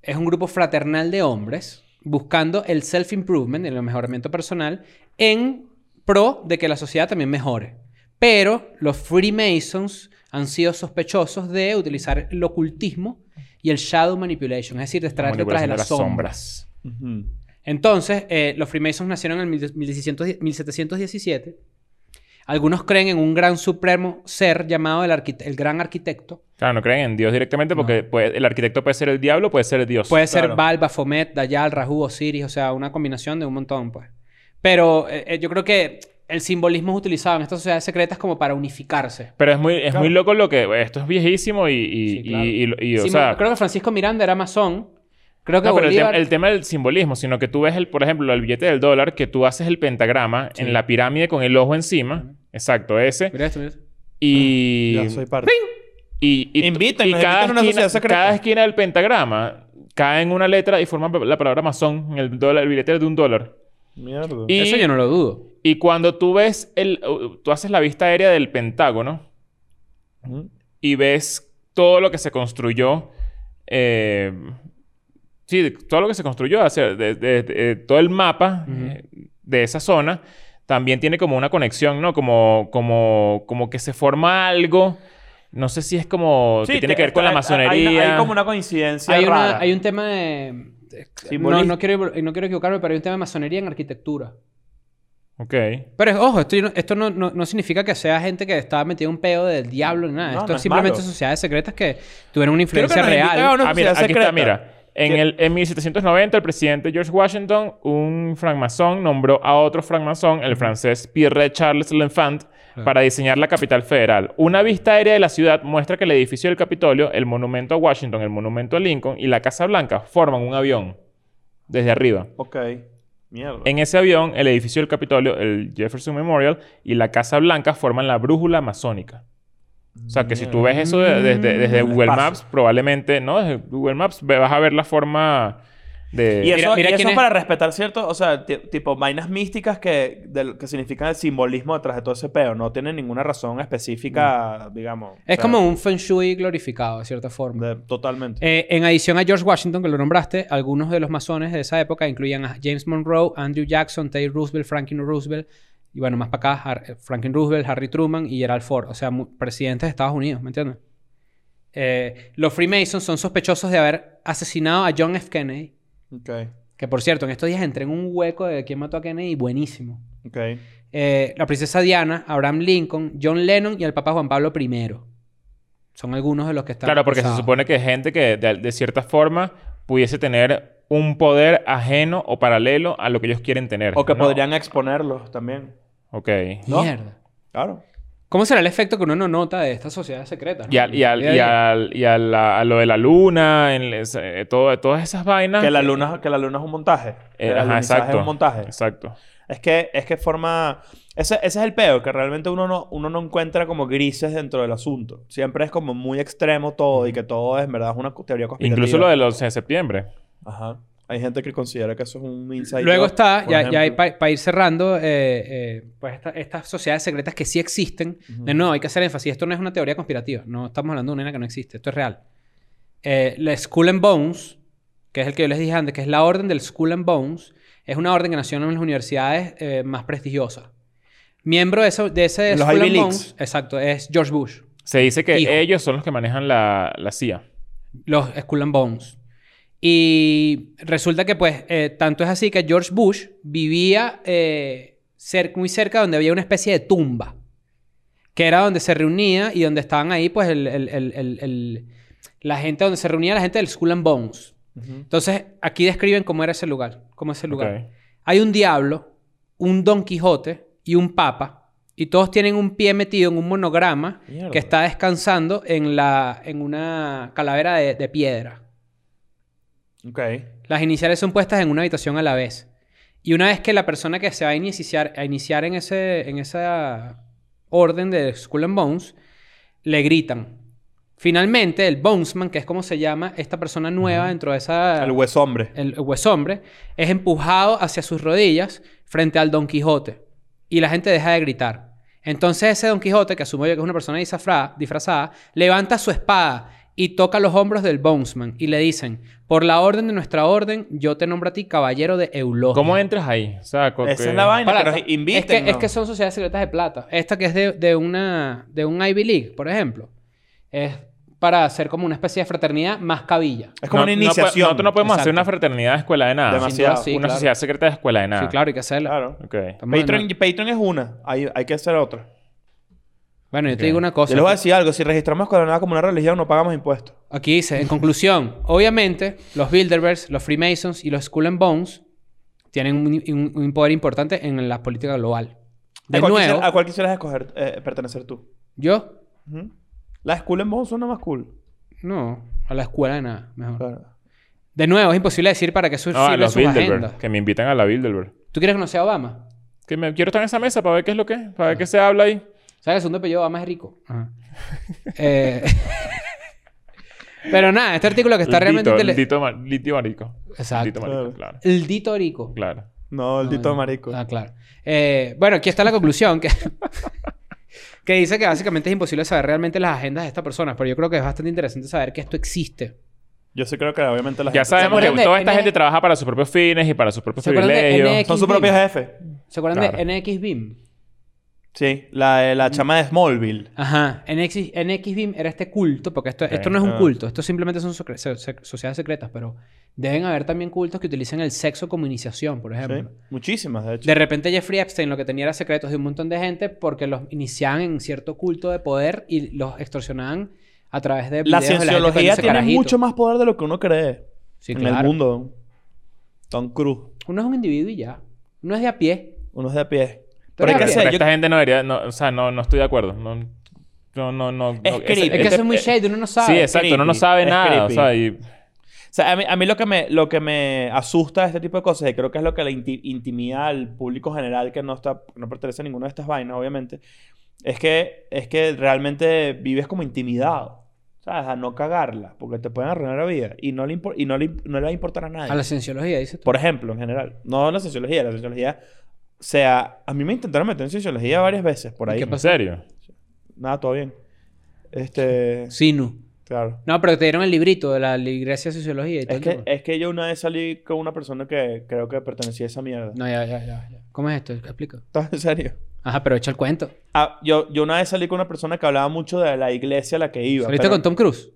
D: es un grupo fraternal de hombres buscando el self-improvement, el mejoramiento personal, en pro de que la sociedad también mejore. Pero los Freemasons han sido sospechosos de utilizar el ocultismo y el shadow manipulation, es decir, de estar detrás de
B: manipulación
D: las, sombras.
C: Ujú.
D: Entonces, eh, los Freemasons nacieron en el 1600 1717. Algunos creen en un gran supremo ser llamado el, arquite- el gran arquitecto.
B: Claro, no creen en Dios directamente porque puede- el arquitecto puede ser el diablo, puede ser Dios.
D: Puede ser
C: Claro.
D: Baal, Baphomet, Dayal, Rahu, Osiris, o sea, una combinación de un montón, pues. Pero eh, eh, yo creo que el simbolismo es utilizado en estas sociedades secretas como para unificarse.
B: Pero es muy, es
C: Claro.
B: muy loco lo que... Esto es viejísimo y... y,
D: Sí, claro.
B: y- y- y, o
D: Sí,
B: sea,
D: creo que Francisco Miranda era masón. Creo que
B: No, pero el,
D: Bolívar...
B: tema, el tema del simbolismo, sino que tú ves, el, por ejemplo, el billete del dólar, que tú haces el pentagrama
D: Sí.
B: en la pirámide con el ojo encima. Exacto, ese.
D: Mira esto, mira esto.
B: Y...
C: Ya soy parte.
B: Y, y,
C: Invítanos,
B: y cada,
C: invítanos a una sociedad
B: esquina,
C: secreta.
B: cada esquina del pentagrama cae en una letra y forma la palabra masón en el, dólar, el billete de un dólar.
C: Mierda.
B: Y,
D: Eso yo no lo dudo.
B: y cuando tú ves, el, uh, tú haces la vista aérea del Pentágono
C: Ujú.
B: y ves todo lo que se construyó. eh, sí, todo lo que se construyó, o sea, de- de- de- eh, todo el mapa
D: Ujú.
B: eh, de esa zona también tiene como una conexión, ¿no? Como, como, como que se forma algo. No sé si es como que tiene
C: te-
B: que ver con la
C: hay-
B: masonería.
C: Hay, hay como una coincidencia
D: hay, una-
C: rara.
D: hay un tema de... eh, No,
C: Simbolismo.
D: no, quiero, no quiero equivocarme, pero hay un tema de masonería en arquitectura.
B: Ok.
D: Pero es- ojo, esto, yo no- esto no, no- no significa que sea gente que estaba metida en un pedo del diablo ni nada.
C: No,
D: esto
C: no
D: es
C: es
D: simplemente
C: malo.
D: sociedades secretas que tuvieron una
C: Creo que
D: influencia
C: nos invitaron a
D: real.
C: una
B: Ah, mira,
C: sociedad
B: aquí está,
C: secreta.
B: mira. En,
C: ¿Qué?
B: el, en 1790, el presidente George Washington, un francmasón, nombró a otro francmasón, el francés Pierre Charles L'Enfant,
C: Ah.
B: para diseñar la capital federal. Una vista aérea de la ciudad muestra que el edificio del Capitolio, el monumento a Washington, el monumento a Lincoln y la Casa Blanca forman un avión desde arriba.
C: Ok. Mierda.
B: En ese avión, el edificio del Capitolio, el Jefferson Memorial y la Casa Blanca forman la brújula masónica. O sea, que si tú ves eso de- desde, desde
C: Mm, El
B: Google
C: espacio.
B: Maps, probablemente, ¿no? Desde Google Maps ve- vas a ver la forma de...
C: Y eso,
D: Mira- mira
C: y eso
D: quién
C: es
D: es-
C: para respetar cierto, o sea, ti- tipo vainas místicas que, del- que significan el simbolismo detrás de todo ese peo. No tienen ninguna razón específica,
B: Mm.
C: digamos.
D: Es
C: O sea,
D: como un feng shui glorificado, de cierta forma.
C: de- totalmente.
D: Eh, en adición a George Washington, que lo nombraste, algunos de los masones de esa época incluían a James Monroe, Andrew Jackson, Teddy Roosevelt, Franklin Roosevelt, y bueno, más para acá, Har- eh, Franklin Roosevelt, Harry Truman y Gerald Ford, o sea, mu- presidentes de Estados Unidos, ¿me entiendes? Eh, los Freemasons son sospechosos de haber asesinado a John F. Kennedy.
C: Ok.
D: Que por cierto, en estos días entré en un hueco de quién mató a Kennedy buenísimo.
C: Ok.
D: Eh, la princesa Diana, Abraham Lincoln, John Lennon y el Papa Juan Pablo I. Son algunos de los que están.
B: Claro, porque se
D: acusados.
B: supone que gente que de, de cierta forma pudiese tener un poder ajeno o paralelo a lo que ellos quieren tener.
C: O que
B: ¿no?
C: podrían exponerlos también.
B: Ok.
C: ¿no?
D: Mierda.
C: Claro.
D: ¿Cómo será el efecto que uno no nota de estas sociedades secretas? no?
B: Y, al- y, al-
D: Día a
B: y
D: día.
B: al- y a, la- a lo de la luna, en les- eh, todo- todas esas vainas.
C: Que la luna, que la luna es un montaje. Que
B: Ah, Eh,
C: el
B: ajá,
C: alunizaje
B: exacto.
C: es un montaje.
B: Exacto.
C: Es que, es que forma. Ese, ese es el peo, que realmente uno no, uno no encuentra como grises dentro del asunto. Siempre es como muy extremo todo y que todo es, en verdad, es una teoría conspirativa.
B: Incluso lo del 11 de septiembre.
C: Ajá. Hay gente que considera que eso es un insight.
D: Luego está, ya, para ir cerrando, eh, eh, pues esta- estas sociedades secretas que sí existen. De nuevo, hay que hacer énfasis. Esto no es una teoría conspirativa. No estamos hablando de una nena que no existe. Esto es real. Eh, la Skull and Bones, que es el que yo les dije antes, que es la orden del Skull and Bones, es una orden que nació en las universidades eh, más prestigiosas. Miembro de, eso- de ese
C: Los
D: Skull
C: Ivy
D: and
C: Leagues.
D: Bones, exacto, es George Bush.
B: Se dice que
D: Hijo.
B: ellos son los que manejan la, la CIA.
D: los Skull and Bones. Y resulta que, pues, eh, tanto es así que George Bush vivía eh, cer- muy cerca donde había una especie de tumba, que era donde se reunía y donde estaban ahí, pues, el- el- el- el- el- la gente donde se reunía la gente del Skull and Bones. Entonces, aquí describen cómo era ese lugar, cómo es ese lugar.
B: Ok.
D: Hay un diablo, un Don Quijote y un papa, y todos tienen un pie metido en un monograma
C: Mierda.
D: que está descansando en, la, en una calavera de, de piedra.
C: Ok.
D: Las iniciales son puestas en una habitación a la vez. Y una vez que la persona que se va a iniciar, a iniciar en, ese, en esa orden de Skull and Bones, le gritan. Finalmente, el Bonesman, que es como se llama esta persona nueva dentro de esa
C: El hueso hombre.
D: el huesombre, es empujado hacia sus rodillas frente al Don Quijote. Y la gente deja de gritar. Entonces ese Don Quijote, que asumo yo que es una persona disfra- disfrazada, levanta su espada y toca los hombros del Bonesman. Y le dicen, por la orden de nuestra orden, yo te nombro a ti caballero de Eulogia.
B: ¿Cómo entras ahí? O sea, co-
C: Esa
B: que-
C: es la vaina,
D: Plata.
C: pero inviten.
D: Es que, es que son sociedades secretas de plata. Esta que es de, de una, de un Ivy League, por ejemplo. Es para hacer como una especie de fraternidad más cabilla.
C: Es como
B: No-
C: una
B: no po-
C: iniciación.
B: nosotros no podemos hacer
D: Exacto.
B: una fraternidad de escuela de nada.
C: Demasiado.
D: Sin duda, sí,
B: una
D: claro.
B: sociedad secreta de escuela de nada.
D: Sí, claro, hay que hacerla.
C: Claro.
B: Ok.
D: Estamos en-
C: Patreon, Patreon es una. Hay, hay que hacer otra.
D: Bueno, yo
B: Ok.
D: te digo una cosa.
C: Yo les voy a decir algo. Si registramos con la nada como una religión, no pagamos impuestos.
D: Aquí dice, en conclusión, obviamente los Bilderbergs, los Freemasons y los Skull and Bones tienen un, un- un poder importante en la política global. De
C: ¿A cuál
D: nuevo,
C: quisiera-
B: Ah.
C: ¿A cuál quisieras escoger, eh, pertenecer tú?
D: yo
C: Ujú. Las Cool and Bones son las más cool.
D: no, a la escuela de nada, mejor.
C: Claro.
D: De nuevo, es imposible decir para qué su
B: No, a
D: sirve
B: los
D: sus
B: Bilderberg.
D: agendas.
B: Que me invitan a la Bilderberg.
D: ¿Tú quieres conocer a Obama?
B: Que me, quiero estar en esa mesa para ver qué es lo que es. Para ver qué se habla ahí.
D: ¿Sabes que el segundo apellido de Obama es rico? Ajá. Eh, pero nada, este artículo que está
B: El
D: realmente...
B: Dito,
D: tele-
B: el Dito Mar- Litio Marico.
D: Exacto.
B: Dito Marico, claro.
D: El dito rico.
B: Claro.
C: No, el
D: Ah,
C: dito
D: bueno.
C: marico.
D: Ah, claro. Eh, bueno, aquí está la conclusión que, que dice que básicamente es imposible saber realmente las agendas de estas personas, pero yo creo que es bastante interesante saber que esto existe.
C: Yo sí creo que obviamente las
B: Ya sabemos que
D: acuerdan de
B: toda esta
D: NX?
B: gente trabaja para sus propios fines y para sus propios
D: ¿Se acuerdan de NX?
B: privilegios.
C: son sus propios jefes.
D: ¿Se acuerdan
B: Claro.
D: de NX Beam?
C: Sí, la,
D: Mm.
C: la chama de Smallville.
D: Ajá. NX, NX Beam era este culto, porque esto,
B: Ok.
D: esto no es un
C: Ah.
D: culto, esto simplemente son secre- se- se- sociedades secretas, pero deben haber también cultos que utilizan el sexo como iniciación, por
C: Sí,
D: ejemplo.
C: muchísimas, de hecho.
D: De repente Jeffrey Epstein lo que tenía era secretos de un montón de gente porque los iniciaban en cierto culto de poder y los extorsionaban a través de
C: la
D: videos de gente
C: cienciología
D: poniéndose
C: tiene
D: carajito.
C: mucho más poder de lo que uno cree
D: Sí,
C: en el
D: claro.
C: mundo. Tom Cruise,
D: Uno es un individuo y ya. Uno es de a pie.
C: uno es de a pie.
D: Pero
C: Pero hay
D: es
C: que
B: Pero
D: que-
C: hacer. yo-
B: esta gente no debería... no, o sea, no, no estoy de acuerdo. No, no, no. no no-
C: Es creepy.
D: Es que
B: este-
D: eso es muy
B: eh,
D: shade, uno no sabe.
B: Sí, exacto. No, no
C: creepy.
B: sabe
C: Es
B: nada. O
C: creepy.
B: sea, y...
C: O sea, a mí, a mí lo, que me, lo que me asusta de este tipo de cosas, y creo que es lo que le inti- intimida al público general que no, está, no pertenece a ninguna de estas vainas, obviamente, es que, es que realmente vives como intimidado. ¿Sabes? A no cagarla, porque te pueden arruinar la vida. Y no le, impor- y no le, imp- no le va a importar a nadie.
D: A la cienciología, dices tú.
C: Por ejemplo, en general. No la sociología, la sociología. O sea, a mí me intentaron meter en sociología varias veces por
D: ¿Y
C: ahí.
D: qué
B: ¿En
D: pasó?
B: serio?
C: Nada, todo bien. Este.
D: Sinu.
C: Claro.
D: No, pero te dieron el librito de la iglesia de sociología y
C: Es
D: todo. el
C: que,
D: tema.
C: es que yo una vez salí con una persona que creo que pertenecía a esa mierda.
D: No, ya, ya, ya. ya. ¿Cómo es esto? Explica.
C: ¿Estás en serio?
D: Ajá, pero echa el cuento.
C: Ah, yo, yo una vez salí con una persona que hablaba mucho de la iglesia a la que iba.
D: ¿Saliste
C: pero-
D: con Tom Cruise?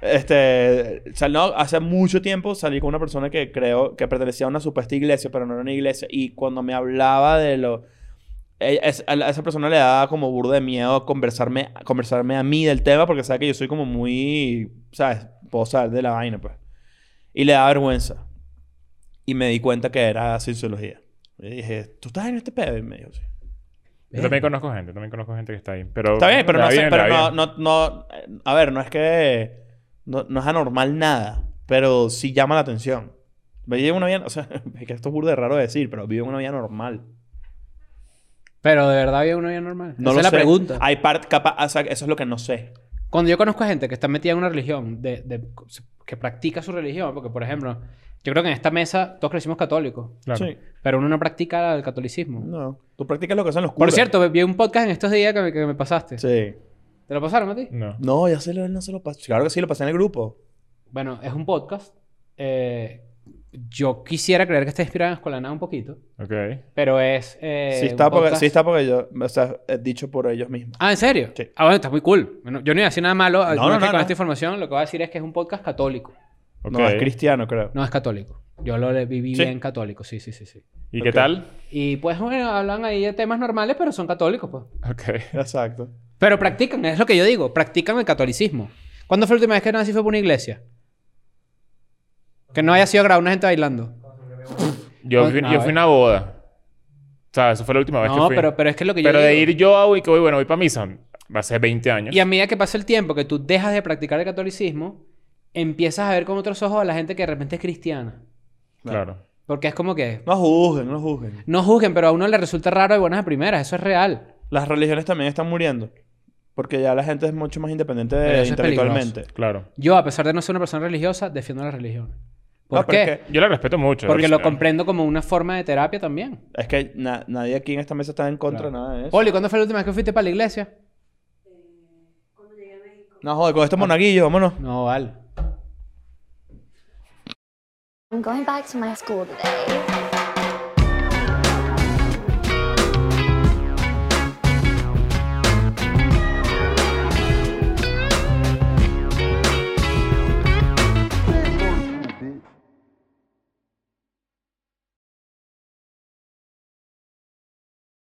C: Este, sal- no, hace mucho tiempo salí con una persona que creo que pertenecía a una supuesta iglesia, pero no era una iglesia. Y cuando me hablaba de lo... e- es- a la- a esa persona le daba como burda de miedo conversarme, conversarme a mí del tema porque sabe que yo soy como muy... ¿Sabes? Puedo saber de la vaina, pues. Y le daba vergüenza. Y me di cuenta que era cienciología. Le dije, ¿tú estás en este pedo? Y me dijo, sí.
B: Yo también conozco gente. También conozco gente que está ahí. Pero...
C: Está bien, pero,
B: la
C: no, sé-
B: bien,
C: pero
B: la
C: no,
B: bien.
C: no, no- A ver, no es que. No, no es anormal nada, pero sí llama la atención. Vive una vida. O sea, es que esto es burde raro de decir, pero vive una vida normal.
D: Pero de verdad había una vida normal.
C: No
D: Esa
C: lo
D: es la
C: sé.
D: pregunta.
C: Hay parte capaz. o sea, eso es lo que no sé.
D: Cuando yo conozco a gente que está metida en una religión, de, de- que practica su religión, porque por ejemplo, yo creo que en esta mesa todos crecimos católicos,
B: Claro.
C: Sí.
D: pero uno no practica el catolicismo.
C: No. Tú practicas lo que son los
D: Por
C: curas.
D: cierto, vi un podcast en estos días que me, que me pasaste.
C: Sí. Mm.
D: ¿Te lo pasaron a ti?
B: No.
C: No, ya se lo, no se lo pasé. Claro que sí, lo pasé en el grupo.
D: Bueno, es un podcast. eh, yo quisiera creer que está inspirado en Escuela de Nada un poquito,
B: Ok.
D: pero es. eh,
C: sí,
D: un
C: está porque,
D: podcast-
C: sí está porque yo. O sea, eh, dicho por ellos mismos.
D: Ah, ¿en serio?
C: Sí.
D: Ah, bueno, está muy cool. Bueno, yo no iba a decir nada malo. No,
C: no, no,
D: con
C: no.
D: esta información lo que voy a decir es que es un podcast católico.
B: Ok.
C: No, es cristiano, creo.
D: No es católico. Yo lo le- viví
C: Sí.
D: bien católico, sí, sí, sí, sí.
B: ¿Y
C: Ok.
B: qué tal?
D: Y pues bueno, hablan ahí de temas normales, pero son católicos, pues.
B: Ok.
C: Exacto.
D: Pero practican, es lo que yo digo, practican el catolicismo. ¿Cuándo fue la última vez que nací fue por una iglesia? Que no haya sido grabada una gente bailando.
B: Yo,
D: Con-
B: fui,
D: Pues, a
B: yo fui
D: ver.
B: a una boda. O sea, eso fue la última vez que
D: No,
B: fui.
D: pero, pero es que lo que yo
B: Pero de
D: digo-
B: ir yo a y que voy, bueno, voy para misa. Va a ser 20 años.
D: Y a medida que pasa el tiempo, que tú dejas de practicar el catolicismo, empiezas a ver con otros ojos a la gente que de repente es cristiana.
B: Claro.
D: Porque es como que...
C: No juzguen, no juzguen.
D: No juzguen, pero a uno le resulta raro de buenas a primeras. Eso es real.
C: Las religiones también están muriendo. Porque ya la gente es mucho más independiente
D: Pero eso es
C: intelectualmente.
B: Claro.
D: Yo, a pesar de no ser una persona religiosa, defiendo la religión. ¿Por
C: No, pero
D: qué?
C: es que-
B: Yo la respeto mucho.
D: Porque
B: Eh,
D: lo comprendo como una forma de terapia también.
C: Es que na- nadie aquí en esta mesa está en contra de nada de eso.
D: Oli, ¿cuándo fue la última vez que fuiste para la iglesia?
C: No, joder, con estos monaguillos, vámonos.
D: No, vale.
A: I'm going back to my school today.